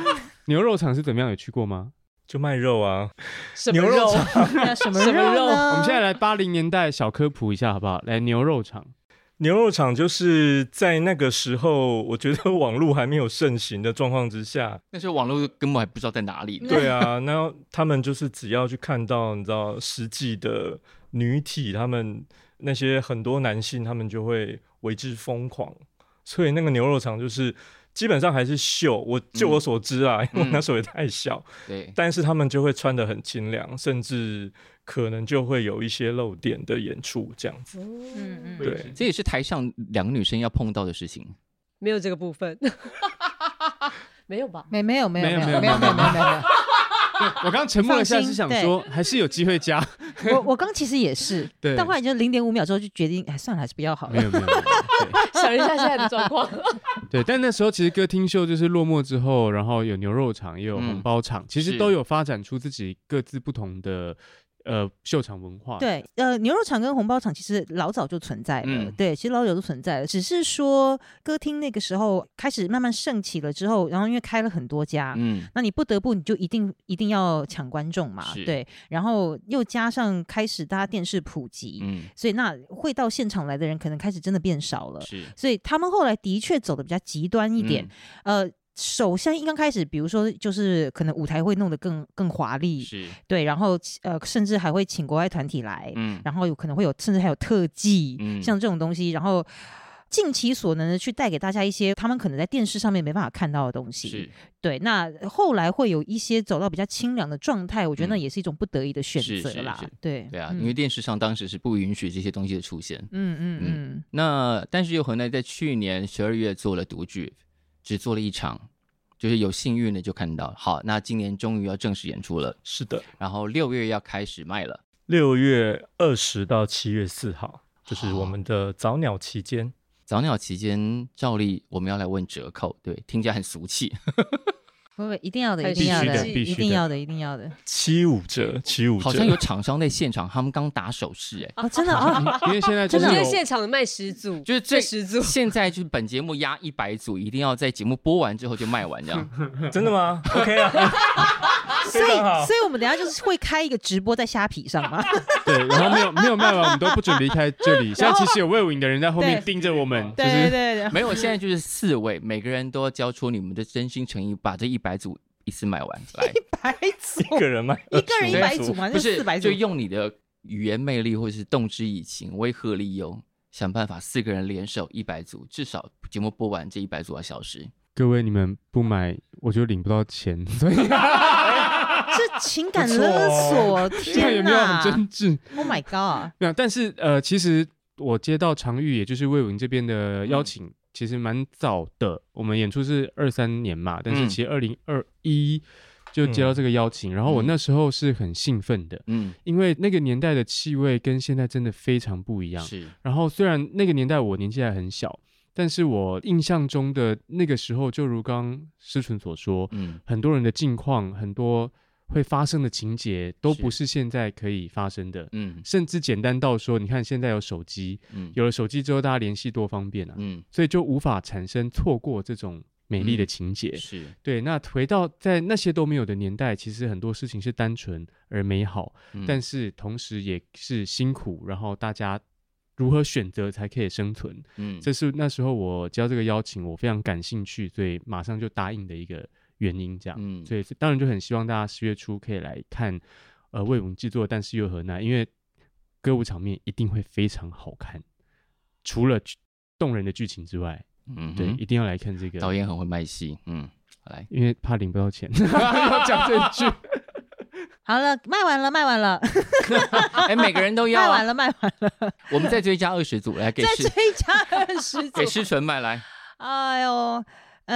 [SPEAKER 5] 牛肉场是怎么样？有去过吗？
[SPEAKER 2] 就卖肉啊，
[SPEAKER 3] 什么
[SPEAKER 2] 牛肉
[SPEAKER 3] 肉？
[SPEAKER 4] 那什么
[SPEAKER 3] 什么
[SPEAKER 4] 肉
[SPEAKER 3] 肉
[SPEAKER 4] 呢？
[SPEAKER 5] 我们现在来八零年代小科普一下好不好？来牛肉场，
[SPEAKER 2] 牛肉厂就是在那个时候，我觉得网络还没有盛行的状况之下，
[SPEAKER 1] 那时候网络根本还不知道在哪 里。
[SPEAKER 2] 对啊，那他们就是只要去看到你知道实际的女体，他们那些很多男性，他们就会为之疯狂。所以那个牛肉厂就是基本上还是秀，我就我所知
[SPEAKER 1] 嗯
[SPEAKER 2] 啊， 因为我那时候也太小，
[SPEAKER 1] 对，
[SPEAKER 2] 但是他们就会穿的很清凉，甚至可能就会有一些露点的演出这样子。
[SPEAKER 4] 嗯嗯
[SPEAKER 2] 对，
[SPEAKER 1] 这也是台上两个女生要碰到的事情。
[SPEAKER 3] 没有这个部分， 没有吧？
[SPEAKER 4] 没没有没有
[SPEAKER 5] 没有
[SPEAKER 4] 没
[SPEAKER 5] 没
[SPEAKER 4] 有没
[SPEAKER 5] 有
[SPEAKER 4] 有
[SPEAKER 5] 没
[SPEAKER 4] 没
[SPEAKER 5] 有
[SPEAKER 4] 有没有没有，
[SPEAKER 5] 我刚刚沉默了一下，
[SPEAKER 4] 放心
[SPEAKER 5] 是想说还是有机会加，
[SPEAKER 4] 我我刚其实也是，
[SPEAKER 5] 对
[SPEAKER 4] 但后来就零点五秒之后就决定，哎，算了，还是不要 好
[SPEAKER 5] 没
[SPEAKER 4] 了。
[SPEAKER 5] 有没有，没有对
[SPEAKER 3] 想一下现在的状 况，
[SPEAKER 5] 对，但那时候其实歌厅秀就是落寞之后，然后有牛肉场，也有
[SPEAKER 1] 嗯
[SPEAKER 5] 红包场，其实
[SPEAKER 1] 是
[SPEAKER 5] 都有发展出自己各自不同的呃秀场文化。，
[SPEAKER 4] 对，呃，牛肉厂跟红包厂其实老早就存在了，
[SPEAKER 5] 嗯
[SPEAKER 4] 对，其实老早就存在了，只是说歌厅那个时候开始慢慢盛起了之后，然后因为开了很多家。
[SPEAKER 1] 嗯，
[SPEAKER 4] 那你不得不，你就一定一定要抢观众嘛，
[SPEAKER 1] 是
[SPEAKER 4] 对，然后又加上开始大家电视普及，
[SPEAKER 1] 嗯，
[SPEAKER 4] 所以那会到现场来的人可能开始真的变少了，
[SPEAKER 1] 是
[SPEAKER 4] 所以他们后来的确走的比较极端一点，
[SPEAKER 1] 嗯
[SPEAKER 4] 呃，首先一刚开始，比如说就是可能舞台会弄得更更华丽，
[SPEAKER 1] 是，
[SPEAKER 4] 对，然后呃，甚至还会请国外团体来，
[SPEAKER 1] 嗯，
[SPEAKER 4] 然后有可能会有，甚至还有特技，
[SPEAKER 1] 嗯
[SPEAKER 4] 像这种东西，然后尽其所能的去带给大家一些他们可能在电视上面没办法看到的东西
[SPEAKER 1] 是。
[SPEAKER 4] 对，那后来会有一些走到比较清凉的状态，我觉得那
[SPEAKER 1] 嗯
[SPEAKER 4] 也是一种不得已的选
[SPEAKER 1] 是是
[SPEAKER 4] 择啦
[SPEAKER 1] 是。
[SPEAKER 4] 对，
[SPEAKER 1] 对啊，
[SPEAKER 4] 嗯
[SPEAKER 1] 因为电视上当时是不允许这些东西的出现。
[SPEAKER 4] 嗯嗯
[SPEAKER 1] 嗯
[SPEAKER 4] 嗯
[SPEAKER 1] 那但是又很奈在去年十二月做了独剧，只做了一场，就是有幸运的就看到。好，那今年终于要正式演出了，
[SPEAKER 2] 是的，
[SPEAKER 1] 然后六月要开始卖了。
[SPEAKER 2] 六月二十到七月四号，就是我们的早鸟期间。
[SPEAKER 1] 早鸟期间，照例我们要来问折扣，对，听起来很俗气。
[SPEAKER 4] 不不，一定要的，
[SPEAKER 3] 太
[SPEAKER 4] 一定要
[SPEAKER 3] 必须的
[SPEAKER 5] 必须
[SPEAKER 4] 一定
[SPEAKER 5] 的
[SPEAKER 4] 要的，一定要的。
[SPEAKER 2] 七五折，七五折，
[SPEAKER 1] 好像有厂商在现场，他们刚打手势、哎，
[SPEAKER 4] 哦，真的 啊，
[SPEAKER 5] 因为现在就
[SPEAKER 4] 真
[SPEAKER 5] 是
[SPEAKER 3] 今
[SPEAKER 4] 的
[SPEAKER 5] 有
[SPEAKER 3] 天现场卖十组，
[SPEAKER 1] 就是最，
[SPEAKER 3] 十组
[SPEAKER 1] 现在就是本节目压一百组，一定要在节目播完之后就卖完这 样。
[SPEAKER 2] 真的吗？OK 啊，
[SPEAKER 4] 所以
[SPEAKER 2] 非常好
[SPEAKER 4] 所以我们等一下就是会开一个直播在虾皮上嘛。
[SPEAKER 5] 对，然后没有没有卖完，我们都不准离开这 里。现在其实有魏武营的人在后面
[SPEAKER 4] 对
[SPEAKER 5] 盯着我们，就
[SPEAKER 4] 对对
[SPEAKER 5] 是
[SPEAKER 4] 对，
[SPEAKER 1] 没有，现在就是四位，每个人都要交出你们的真心诚意，把这一百组一次卖完。 来，
[SPEAKER 4] 白组
[SPEAKER 2] 一个人卖
[SPEAKER 4] 一个人一百
[SPEAKER 2] 25
[SPEAKER 4] 组嘛，
[SPEAKER 1] 不
[SPEAKER 4] 就是四百组
[SPEAKER 1] 就。用你的语言魅力或是动之以情、威吓利诱，想办法四个人联手一百组，至少节目播完这一百组要消失。
[SPEAKER 5] 各位你们不买我就领不到钱， 所以
[SPEAKER 4] 这情感
[SPEAKER 2] 不错
[SPEAKER 4] 勒
[SPEAKER 2] 哦
[SPEAKER 4] 索，
[SPEAKER 5] 现在有
[SPEAKER 4] 天
[SPEAKER 5] 没有
[SPEAKER 4] 哪
[SPEAKER 5] 很真挚？
[SPEAKER 4] ！Oh my god！
[SPEAKER 5] 没有，但是呃，其实我接到常玉，也就是魏武营这边
[SPEAKER 1] 嗯
[SPEAKER 5] 的邀请，其实蛮早的。我们演出是二三年嘛，但是
[SPEAKER 1] 嗯
[SPEAKER 5] 其实二零二一就接到这个邀请，然后我
[SPEAKER 1] 嗯
[SPEAKER 5] 那时候是很兴奋的，
[SPEAKER 1] 嗯，
[SPEAKER 5] 因为那个年代的气味跟现在真的非常不一样。
[SPEAKER 1] 是，
[SPEAKER 5] 然后虽然那个年代我年纪还很小，但是我印象中的那个时候，就如刚思纯所说，
[SPEAKER 1] 嗯，
[SPEAKER 5] 很多人的境况，很多会发生的情节，都
[SPEAKER 1] 是
[SPEAKER 5] 不是现在可以发生的。
[SPEAKER 1] 嗯，
[SPEAKER 5] 甚至简单到说，你看现在有手机，
[SPEAKER 1] 嗯，
[SPEAKER 5] 有了手机之后，大家联系多方便啊，
[SPEAKER 1] 嗯，
[SPEAKER 5] 所以就无法产生错过这种美丽的情节。
[SPEAKER 1] 是，
[SPEAKER 5] 对，那回到在那些都没有的年代，其实很多事情是单纯而美好，
[SPEAKER 1] 嗯
[SPEAKER 5] 但是同时也是辛苦，然后大家如何选择才可以生存，
[SPEAKER 1] 嗯，
[SPEAKER 5] 这是那时候我接到这个邀请，我非常感兴趣，所以马上就答应的一个原因。这样，
[SPEAKER 1] 嗯
[SPEAKER 5] 所以当然就很希望大家十月初可以来看，呃，魏武制作，但是又何奈，因为歌舞场面一定会非常好看，除了剧动人的剧情之外，
[SPEAKER 1] 嗯
[SPEAKER 5] 对，
[SPEAKER 1] 哼
[SPEAKER 5] 一定要来看这个
[SPEAKER 1] 导演很会卖戏，嗯，好 来，
[SPEAKER 5] 因为怕领不 到钱，要讲这一句。
[SPEAKER 4] 好了，卖完了，卖完了，
[SPEAKER 1] 哎，每个人都
[SPEAKER 4] 卖
[SPEAKER 1] 要
[SPEAKER 4] 完
[SPEAKER 1] 啊，
[SPEAKER 4] 了，卖完了，
[SPEAKER 1] 我们再追加二十组来给
[SPEAKER 4] 再
[SPEAKER 1] 诗
[SPEAKER 4] 追加二十组
[SPEAKER 1] 给。诗纯卖来，
[SPEAKER 4] 哎呦，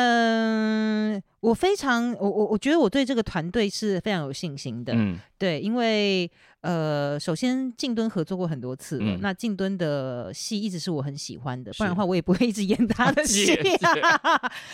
[SPEAKER 4] 嗯，我非常，我我我觉得我对这个团队是非常有信心的。
[SPEAKER 1] 嗯
[SPEAKER 4] 对，因为呃，首先静敦合作过很多次了，
[SPEAKER 1] 嗯
[SPEAKER 4] 那静敦的戏一直是我很喜欢的，不然的
[SPEAKER 1] 是
[SPEAKER 4] 话我也不会一直演他的戏、
[SPEAKER 1] 解
[SPEAKER 4] 啊。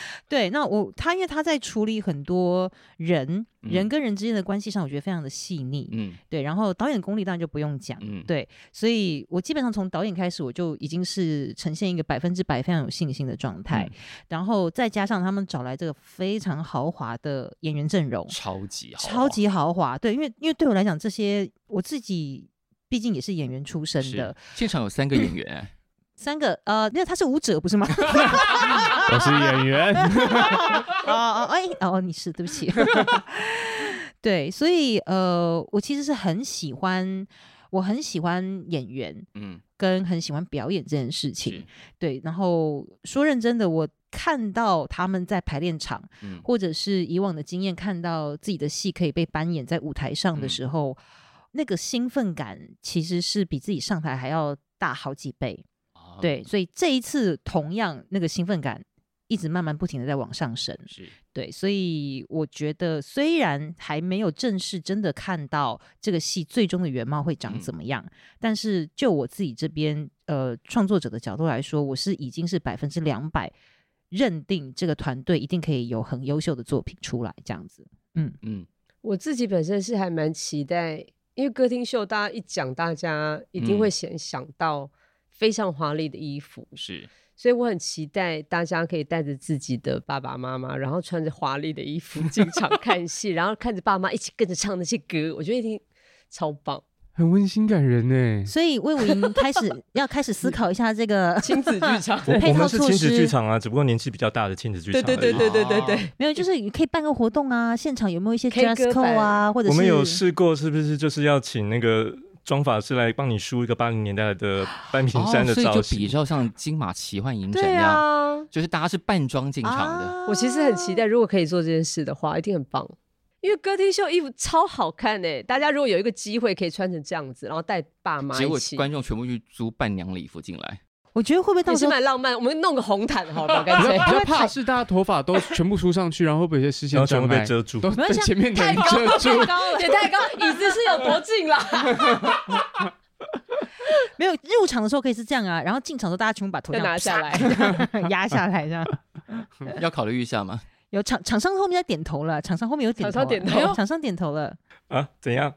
[SPEAKER 4] 对，那我他因为他在处理很多人、人
[SPEAKER 1] 嗯
[SPEAKER 4] 跟人之间的关系上，我觉得非常的细腻。
[SPEAKER 1] 嗯
[SPEAKER 4] 对，然后导演功力当然就不用讲。
[SPEAKER 1] 嗯，
[SPEAKER 4] 对，所以我基本上从导演开始，我就已经是呈现一个百分之百非常有信心的状态，然后再加上他们找来这个非常豪华的演员阵容，
[SPEAKER 1] 超级好啊，
[SPEAKER 4] 超级豪华。对，因为因为对我来讲，这些我自己毕竟也是演员出身的
[SPEAKER 1] 是，，现场有三个演员， 哎
[SPEAKER 4] 三个呃，那他是舞者不是吗？
[SPEAKER 5] 我是演员，
[SPEAKER 4] 哦哦哎哦，你是对不起。 对，所以呃，我其实是很喜欢，我很喜欢演员，
[SPEAKER 1] 嗯，
[SPEAKER 4] 跟很喜欢表演这件事
[SPEAKER 1] 是
[SPEAKER 4] 情。，对，然后说认真的，我看到他们在排练场。
[SPEAKER 1] 嗯
[SPEAKER 4] 或者是以往的经验，看到自己的戏可以被扮演在舞台上的时候，那个兴奋感其实是比自己上台还要大好几倍。
[SPEAKER 1] 啊
[SPEAKER 4] 对，所以这一次同样那个兴奋感一直慢慢不停的在往上升。
[SPEAKER 1] 是，
[SPEAKER 4] 对，所以我觉得虽然还没有正式真的看到这个戏最终的原貌会长
[SPEAKER 1] 嗯
[SPEAKER 4] 怎么样，但是就我自己这边呃创作者的角度来说，我是已经是百分之两百认定这个团队一定可以有很优秀的作品出来，这样子。
[SPEAKER 1] 嗯
[SPEAKER 3] 我自己本身是还蛮期待因为歌厅秀大家一讲，大家一定会先想到非常华丽的衣服，
[SPEAKER 1] 是
[SPEAKER 3] 所以我很期待大家可以带着自己的爸爸妈妈，然后穿着华丽的 衣服进场看戏，然后看着爸妈一起跟着唱那些歌，我觉得一定超棒。
[SPEAKER 5] 很温馨感人 呢。
[SPEAKER 4] 所以魏武营开始 要开始思考一下这个
[SPEAKER 3] 亲子剧场，
[SPEAKER 4] 我配
[SPEAKER 2] 我
[SPEAKER 4] 套
[SPEAKER 2] 们是
[SPEAKER 4] 措
[SPEAKER 2] 亲子剧
[SPEAKER 4] 施，
[SPEAKER 2] 场啊，只不过年纪比较大的亲子剧场
[SPEAKER 3] 对
[SPEAKER 2] 而已。
[SPEAKER 3] 对对对对对对，
[SPEAKER 4] 没有，就是你可以办个活动啊，现场有没有一些
[SPEAKER 3] K
[SPEAKER 4] dress
[SPEAKER 3] 歌版
[SPEAKER 4] code 啊，或者是
[SPEAKER 2] 我们有试过，是不是就是要请那个妆法师来帮你梳一个八零年代的半屏
[SPEAKER 1] 哦，
[SPEAKER 2] 山的
[SPEAKER 1] 所以
[SPEAKER 2] 造
[SPEAKER 1] 就
[SPEAKER 2] 型？
[SPEAKER 1] 比较像金马奇幻影展
[SPEAKER 3] 对
[SPEAKER 1] 那样，
[SPEAKER 3] 啊，
[SPEAKER 1] 就是大家是扮装进场的。
[SPEAKER 4] 啊
[SPEAKER 3] 我其实很期待，如果可以做这件事的话，一定很棒。因为歌厅秀衣服超好看诶、大家如果有一个机会可以穿成这样子，然后带爸
[SPEAKER 4] 啊
[SPEAKER 3] 妈
[SPEAKER 1] 结
[SPEAKER 3] 一
[SPEAKER 1] 果
[SPEAKER 3] 起，
[SPEAKER 1] 观众全部去租伴娘礼服进 来，
[SPEAKER 4] 我觉得会不会到
[SPEAKER 3] 也
[SPEAKER 4] 时
[SPEAKER 3] 是
[SPEAKER 4] 候
[SPEAKER 3] 蛮浪漫。我们弄个红毯好吧，干
[SPEAKER 5] 比较
[SPEAKER 3] 脆
[SPEAKER 5] 比较怕是大家头发都全部梳上去，然后会不会有些视
[SPEAKER 2] 然
[SPEAKER 5] 线
[SPEAKER 2] 后全部
[SPEAKER 5] 障碍
[SPEAKER 2] 被，遮住。
[SPEAKER 5] 都
[SPEAKER 4] 没关
[SPEAKER 5] 被
[SPEAKER 4] 系啊
[SPEAKER 5] 前面的人
[SPEAKER 4] 太
[SPEAKER 5] 遮
[SPEAKER 4] 高
[SPEAKER 5] 住。哦
[SPEAKER 4] 高了
[SPEAKER 3] 也太高，椅子是有多近啦？
[SPEAKER 4] 没有入场的时候可以是这样啊，然后进场的时候大家全部把头
[SPEAKER 3] 要
[SPEAKER 4] 这样
[SPEAKER 3] 拿下来，
[SPEAKER 4] 压下来，这 样
[SPEAKER 1] 要考虑一下吗？
[SPEAKER 4] 有厂厂商后面在点头了，厂商后面有点头
[SPEAKER 3] 厂商
[SPEAKER 4] 啊，
[SPEAKER 3] 点头
[SPEAKER 4] 哎呦厂商点头了，
[SPEAKER 2] 啊？怎样？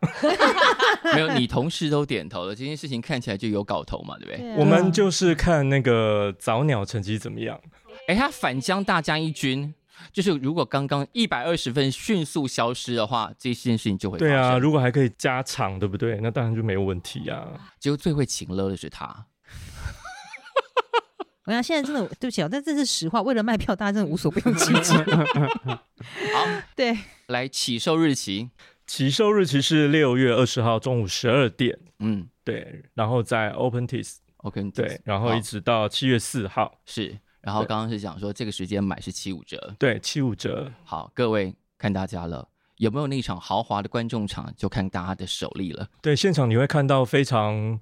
[SPEAKER 1] 没有，你同事都点头了，这件事情看起来就有搞头嘛，对不对？
[SPEAKER 4] 啊
[SPEAKER 2] 我们
[SPEAKER 5] 啊
[SPEAKER 2] 就是看那个早鸟成绩怎么样。
[SPEAKER 1] 哎，他反将大家一军，就是如果刚刚一百二十分迅速消失的话，这件事情就会发生。
[SPEAKER 2] 对啊，如果还可以加长，对不对？那当然就没有问题啊。
[SPEAKER 1] 结果最会请了的是他，
[SPEAKER 4] 我想现在真的对不起啊，但这是实话，为了卖票，大家真的无所不用其 极。
[SPEAKER 3] 啊
[SPEAKER 4] 对，
[SPEAKER 1] 来起售日期，
[SPEAKER 2] 起售日期是六月二十号中午十二点，
[SPEAKER 1] 嗯
[SPEAKER 2] 对，然后在 OpenTix，
[SPEAKER 1] ，OK，
[SPEAKER 2] 对，然后
[SPEAKER 1] 好
[SPEAKER 2] 一直到七月四号，
[SPEAKER 1] 是，然后
[SPEAKER 2] 对
[SPEAKER 1] 刚刚是讲说这个时间买是七五折，
[SPEAKER 2] 对，七五折。
[SPEAKER 1] 好，各位看大家了，有没有那场豪华的观众场，就看大家的手力了。
[SPEAKER 2] 对，现场你会看到非常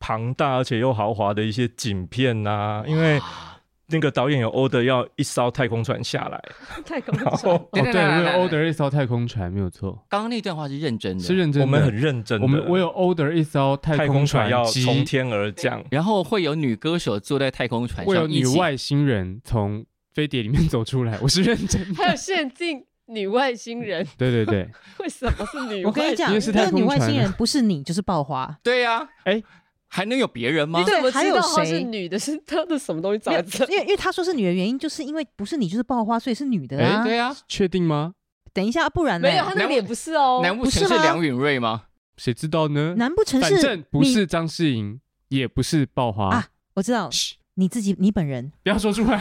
[SPEAKER 2] 庞大而且又豪华的一些景片呐、因为
[SPEAKER 1] 啊
[SPEAKER 2] 那个导演有 order 要一艘太空船下来，
[SPEAKER 3] 太高
[SPEAKER 2] 然
[SPEAKER 3] 了。
[SPEAKER 2] 后
[SPEAKER 5] 哦，对，
[SPEAKER 1] 对对对
[SPEAKER 5] 我有
[SPEAKER 1] 对
[SPEAKER 5] order 一艘太空船，没有错，
[SPEAKER 1] 刚刚那段话是认真的，
[SPEAKER 5] 是认真的。
[SPEAKER 2] 我们很认真的，
[SPEAKER 5] 我们我有 order 一艘太
[SPEAKER 2] 太空船
[SPEAKER 5] 船
[SPEAKER 2] 要
[SPEAKER 5] 机
[SPEAKER 2] 从天而降，
[SPEAKER 1] 然后会有女歌手坐在太空船
[SPEAKER 5] 会有
[SPEAKER 1] 上一
[SPEAKER 5] 女
[SPEAKER 1] 起，
[SPEAKER 5] 外星人从飞碟里面走出来，我是认真的。
[SPEAKER 3] 还有限定女外星人，
[SPEAKER 5] 对对 对，
[SPEAKER 3] 为什么是女外？
[SPEAKER 4] 我跟你讲，
[SPEAKER 5] 因为
[SPEAKER 4] 那
[SPEAKER 5] 是
[SPEAKER 4] 个
[SPEAKER 5] 太空
[SPEAKER 4] 女外
[SPEAKER 5] 船
[SPEAKER 4] 星人不是你就是爆花，
[SPEAKER 1] 对呀、
[SPEAKER 5] 哎
[SPEAKER 1] 还能有别人吗
[SPEAKER 3] 你？怎么
[SPEAKER 4] 还
[SPEAKER 3] 知
[SPEAKER 4] 有
[SPEAKER 3] 道她是
[SPEAKER 4] 谁
[SPEAKER 3] 女的？是她的什么东西
[SPEAKER 4] 没有
[SPEAKER 3] 长这
[SPEAKER 4] 因为因为他说是女的原因，就是因为不是你就是爆花，所以是女的
[SPEAKER 1] 哎，
[SPEAKER 4] 啊。
[SPEAKER 1] 对呀、
[SPEAKER 5] 确定吗？
[SPEAKER 4] 等一下，不然呢
[SPEAKER 3] 没有，她那
[SPEAKER 1] 难
[SPEAKER 3] 个
[SPEAKER 1] 不
[SPEAKER 3] 脸不是哦。
[SPEAKER 1] 难不
[SPEAKER 4] 不
[SPEAKER 1] 成
[SPEAKER 4] 是
[SPEAKER 1] 是
[SPEAKER 4] 吗
[SPEAKER 1] 梁允瑞吗？
[SPEAKER 5] 谁知道呢？
[SPEAKER 4] 难不成
[SPEAKER 5] 反正
[SPEAKER 4] 是
[SPEAKER 5] 不
[SPEAKER 4] 你
[SPEAKER 5] 是张世颖，也不是爆华
[SPEAKER 4] 啊我知道
[SPEAKER 5] 嘘
[SPEAKER 4] 你自己你本人，
[SPEAKER 5] 不要说出 来，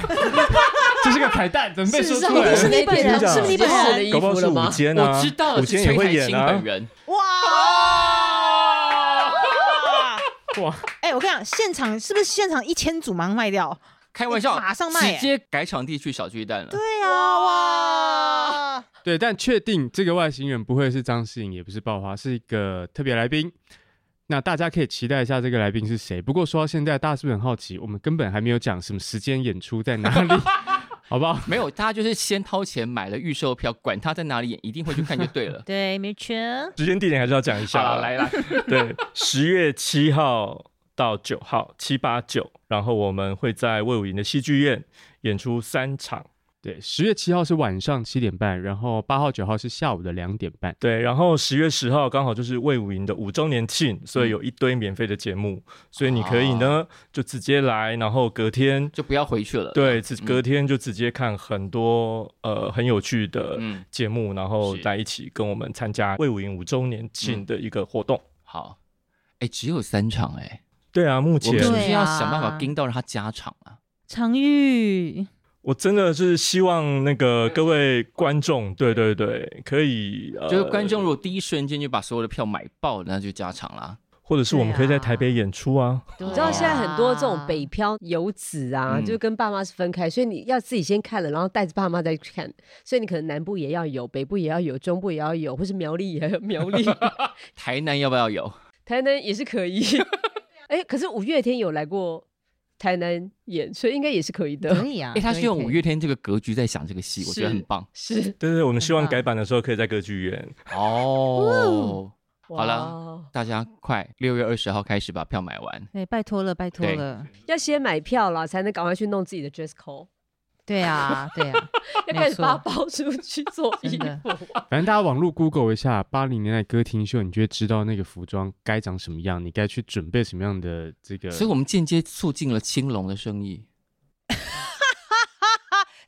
[SPEAKER 5] 这是个彩蛋，准备说
[SPEAKER 3] 事实
[SPEAKER 5] 出
[SPEAKER 3] 上
[SPEAKER 5] 来
[SPEAKER 4] 不是
[SPEAKER 5] 了。
[SPEAKER 4] 你本人，
[SPEAKER 2] 是这样
[SPEAKER 4] 是你本
[SPEAKER 3] 是
[SPEAKER 4] 人
[SPEAKER 3] 的衣
[SPEAKER 2] 搞不好
[SPEAKER 3] 服
[SPEAKER 2] 是
[SPEAKER 3] 了
[SPEAKER 2] 午
[SPEAKER 3] 吗？
[SPEAKER 2] 间
[SPEAKER 1] 我
[SPEAKER 2] 啊，
[SPEAKER 1] 知道了，
[SPEAKER 2] 午
[SPEAKER 1] 是
[SPEAKER 2] 间
[SPEAKER 1] 崔
[SPEAKER 2] 也会
[SPEAKER 1] 台
[SPEAKER 2] 演
[SPEAKER 1] 青
[SPEAKER 2] 啊
[SPEAKER 1] 本，人。哦
[SPEAKER 4] 哇！
[SPEAKER 5] 哇！
[SPEAKER 4] 哎、我跟你讲，现场是不是现场一千组忙卖掉？
[SPEAKER 1] 开玩笑，
[SPEAKER 4] 马上卖
[SPEAKER 1] 直接改场地去小巨蛋了。
[SPEAKER 4] 对啊，哇！。
[SPEAKER 5] 对，但确定这个外星人不会是张世颖，也不是爆花，是一个特别来宾。那大家可以期待一下这个来宾是谁。不过说到现在，大家是不是很好奇？我们根本还没有讲什么时间演出在哪里，好不好？
[SPEAKER 1] 没有，大家就是先掏钱买了预售票，管他在哪里演，一定会去看就对了
[SPEAKER 4] 对，没错。
[SPEAKER 2] 时间地点还是要讲一下
[SPEAKER 1] 好
[SPEAKER 2] 啊
[SPEAKER 1] 了，来来，
[SPEAKER 2] 对，十月七号到九号，七八九，然后我们会在魏武营的戏剧院演出三场。
[SPEAKER 5] 对，十月七号是晚上七点半，然后八号、九号是下午的两点半。
[SPEAKER 2] 对，然后十月十号刚好就是魏武营的五周年庆，
[SPEAKER 1] 嗯
[SPEAKER 2] 所以有一堆免费的节目，所以你可以呢
[SPEAKER 1] 哦
[SPEAKER 2] 就直接来，然后隔天
[SPEAKER 1] 就不要回去了。
[SPEAKER 2] 对，只隔天就直接看很多呃很有趣的
[SPEAKER 1] 嗯
[SPEAKER 2] 节目，然后
[SPEAKER 1] 是嗯
[SPEAKER 2] 在一起跟我们参加魏武营五周年庆的一个活动。
[SPEAKER 1] 好，哎，只有三场哎，
[SPEAKER 2] 对啊，目
[SPEAKER 1] 我们
[SPEAKER 2] 前
[SPEAKER 1] 是不
[SPEAKER 4] 对
[SPEAKER 1] 是要
[SPEAKER 4] 啊
[SPEAKER 1] 想办法盯到让他加场啊？
[SPEAKER 4] 常玉，
[SPEAKER 2] 我真的是希望那个各位观众，对对对，可以呃，
[SPEAKER 1] 就是观众如果第一瞬间就把所有的票买爆，那就加场啦。
[SPEAKER 2] 或者是我们可以在台北演出啊，
[SPEAKER 4] 你
[SPEAKER 3] 你知道现在很多这种北漂游子啊，
[SPEAKER 1] 嗯
[SPEAKER 3] 就跟爸妈是分开，所以你要自己先看了，然后带着爸妈再去看。所以你可能南部也要有，北部也要有，中部也要有，或是苗栗也要有苗 栗，
[SPEAKER 1] 台南要不要有？
[SPEAKER 3] 台南也是可以。 哎、可是五月天有来过台南演，所以应该也是可以
[SPEAKER 4] 可
[SPEAKER 5] 嗯
[SPEAKER 3] 的。
[SPEAKER 4] 以啊
[SPEAKER 1] 哎，，他是
[SPEAKER 4] 可以
[SPEAKER 1] 用
[SPEAKER 4] 可以
[SPEAKER 1] 五月天这个格局在想这个戏，我觉得
[SPEAKER 3] 是
[SPEAKER 1] 很棒
[SPEAKER 3] 是，
[SPEAKER 2] 对对，我们希望
[SPEAKER 4] 很棒
[SPEAKER 2] 改版的时候可以在歌剧院。
[SPEAKER 1] 哦。好了
[SPEAKER 3] 哇，
[SPEAKER 1] 大家快六月二十号开始把票买完。
[SPEAKER 4] 对，拜托了，拜托
[SPEAKER 1] 对
[SPEAKER 4] 了。
[SPEAKER 3] 要先买票啦，才能赶快去弄自己的 dress code。
[SPEAKER 4] 对 啊，对啊，
[SPEAKER 3] 要
[SPEAKER 4] 没
[SPEAKER 3] 开始
[SPEAKER 4] 错
[SPEAKER 3] 发包出去做衣
[SPEAKER 4] 真的
[SPEAKER 3] 服。
[SPEAKER 5] 反正大家网络 Google 一下八零年代歌厅秀，你就会知道那个服装该长什么样，你该去准备什么样的这个。
[SPEAKER 1] 所以我们间接促进了青龙的生意。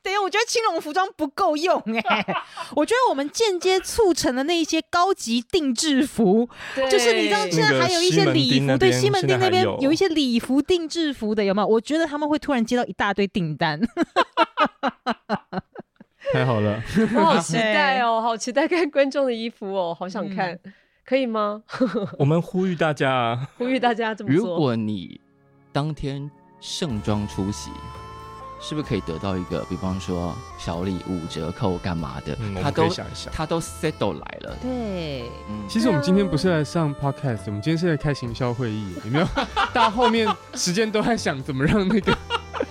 [SPEAKER 4] 对啊呀，我觉得青龙服装不够用哎、 我觉得我们间接促成了那一些高级定制服，就是你知道
[SPEAKER 3] 对
[SPEAKER 4] 现在还有一些礼服，
[SPEAKER 2] 那个西门
[SPEAKER 4] 对西
[SPEAKER 2] 町那边
[SPEAKER 4] 门町那边
[SPEAKER 2] 现在还有
[SPEAKER 4] 有一些礼服定制服的，有没有？我觉得他们会突然接到一大堆订单，
[SPEAKER 5] 太好了，
[SPEAKER 3] 我好期待哦，好期待看观众的衣服哦，好想看，可以吗？
[SPEAKER 2] 我们呼吁大家啊，
[SPEAKER 3] 呼吁大家这么
[SPEAKER 1] 如
[SPEAKER 3] 做。
[SPEAKER 1] 果你当天盛装出席，是不是可以得到一个，比方说小礼物、折扣干嘛的？
[SPEAKER 2] 嗯，我
[SPEAKER 1] 他
[SPEAKER 2] 们可
[SPEAKER 1] 都
[SPEAKER 2] 以想一 想，
[SPEAKER 1] 他都 settle 来了。
[SPEAKER 4] 对，
[SPEAKER 1] 嗯，
[SPEAKER 5] 其实我们今天不是来上 podcast，我们今天是来开行销会议，有没有？ 大家后面时间都在想怎么让那 个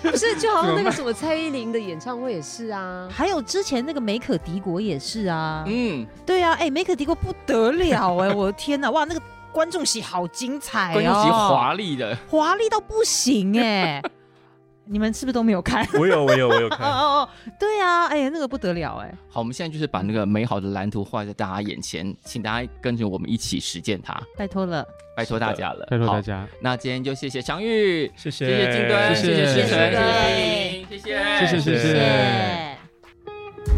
[SPEAKER 3] 不是，就好
[SPEAKER 5] 怎
[SPEAKER 3] 像那
[SPEAKER 5] 么
[SPEAKER 3] 个
[SPEAKER 5] 办
[SPEAKER 3] 什么蔡依林的演唱会也是啊，
[SPEAKER 4] 还有之前那个梅可迪国也是啊，
[SPEAKER 1] 嗯，
[SPEAKER 4] 对啊，哎、梅可迪国不得了哎、我的天哪，哇，那个观众席好精彩、哦，
[SPEAKER 1] 观众席华丽的，
[SPEAKER 4] 华丽到不行哎、你们是不是都没有看？
[SPEAKER 2] 我有我有我有
[SPEAKER 4] 哦
[SPEAKER 2] 看，
[SPEAKER 4] 哦哦，对啊，哎、那个不得了哎、
[SPEAKER 1] 好，我们现在就是把那个美好的蓝图画在大家眼前，请大家跟着我们一起实践它，
[SPEAKER 4] 拜托了，
[SPEAKER 1] 拜托大家了，
[SPEAKER 5] 拜托大
[SPEAKER 1] 好。
[SPEAKER 5] 家，
[SPEAKER 1] 那今天就谢谢常玉，
[SPEAKER 2] 谢
[SPEAKER 1] 谢谢金敦，
[SPEAKER 5] 谢
[SPEAKER 1] 谢
[SPEAKER 5] 谢
[SPEAKER 1] 世成，
[SPEAKER 4] 谢
[SPEAKER 1] 谢
[SPEAKER 4] 谢
[SPEAKER 1] 谢莹，谢谢，
[SPEAKER 5] 谢谢谢
[SPEAKER 4] 谢
[SPEAKER 5] 谢。
[SPEAKER 4] 谢。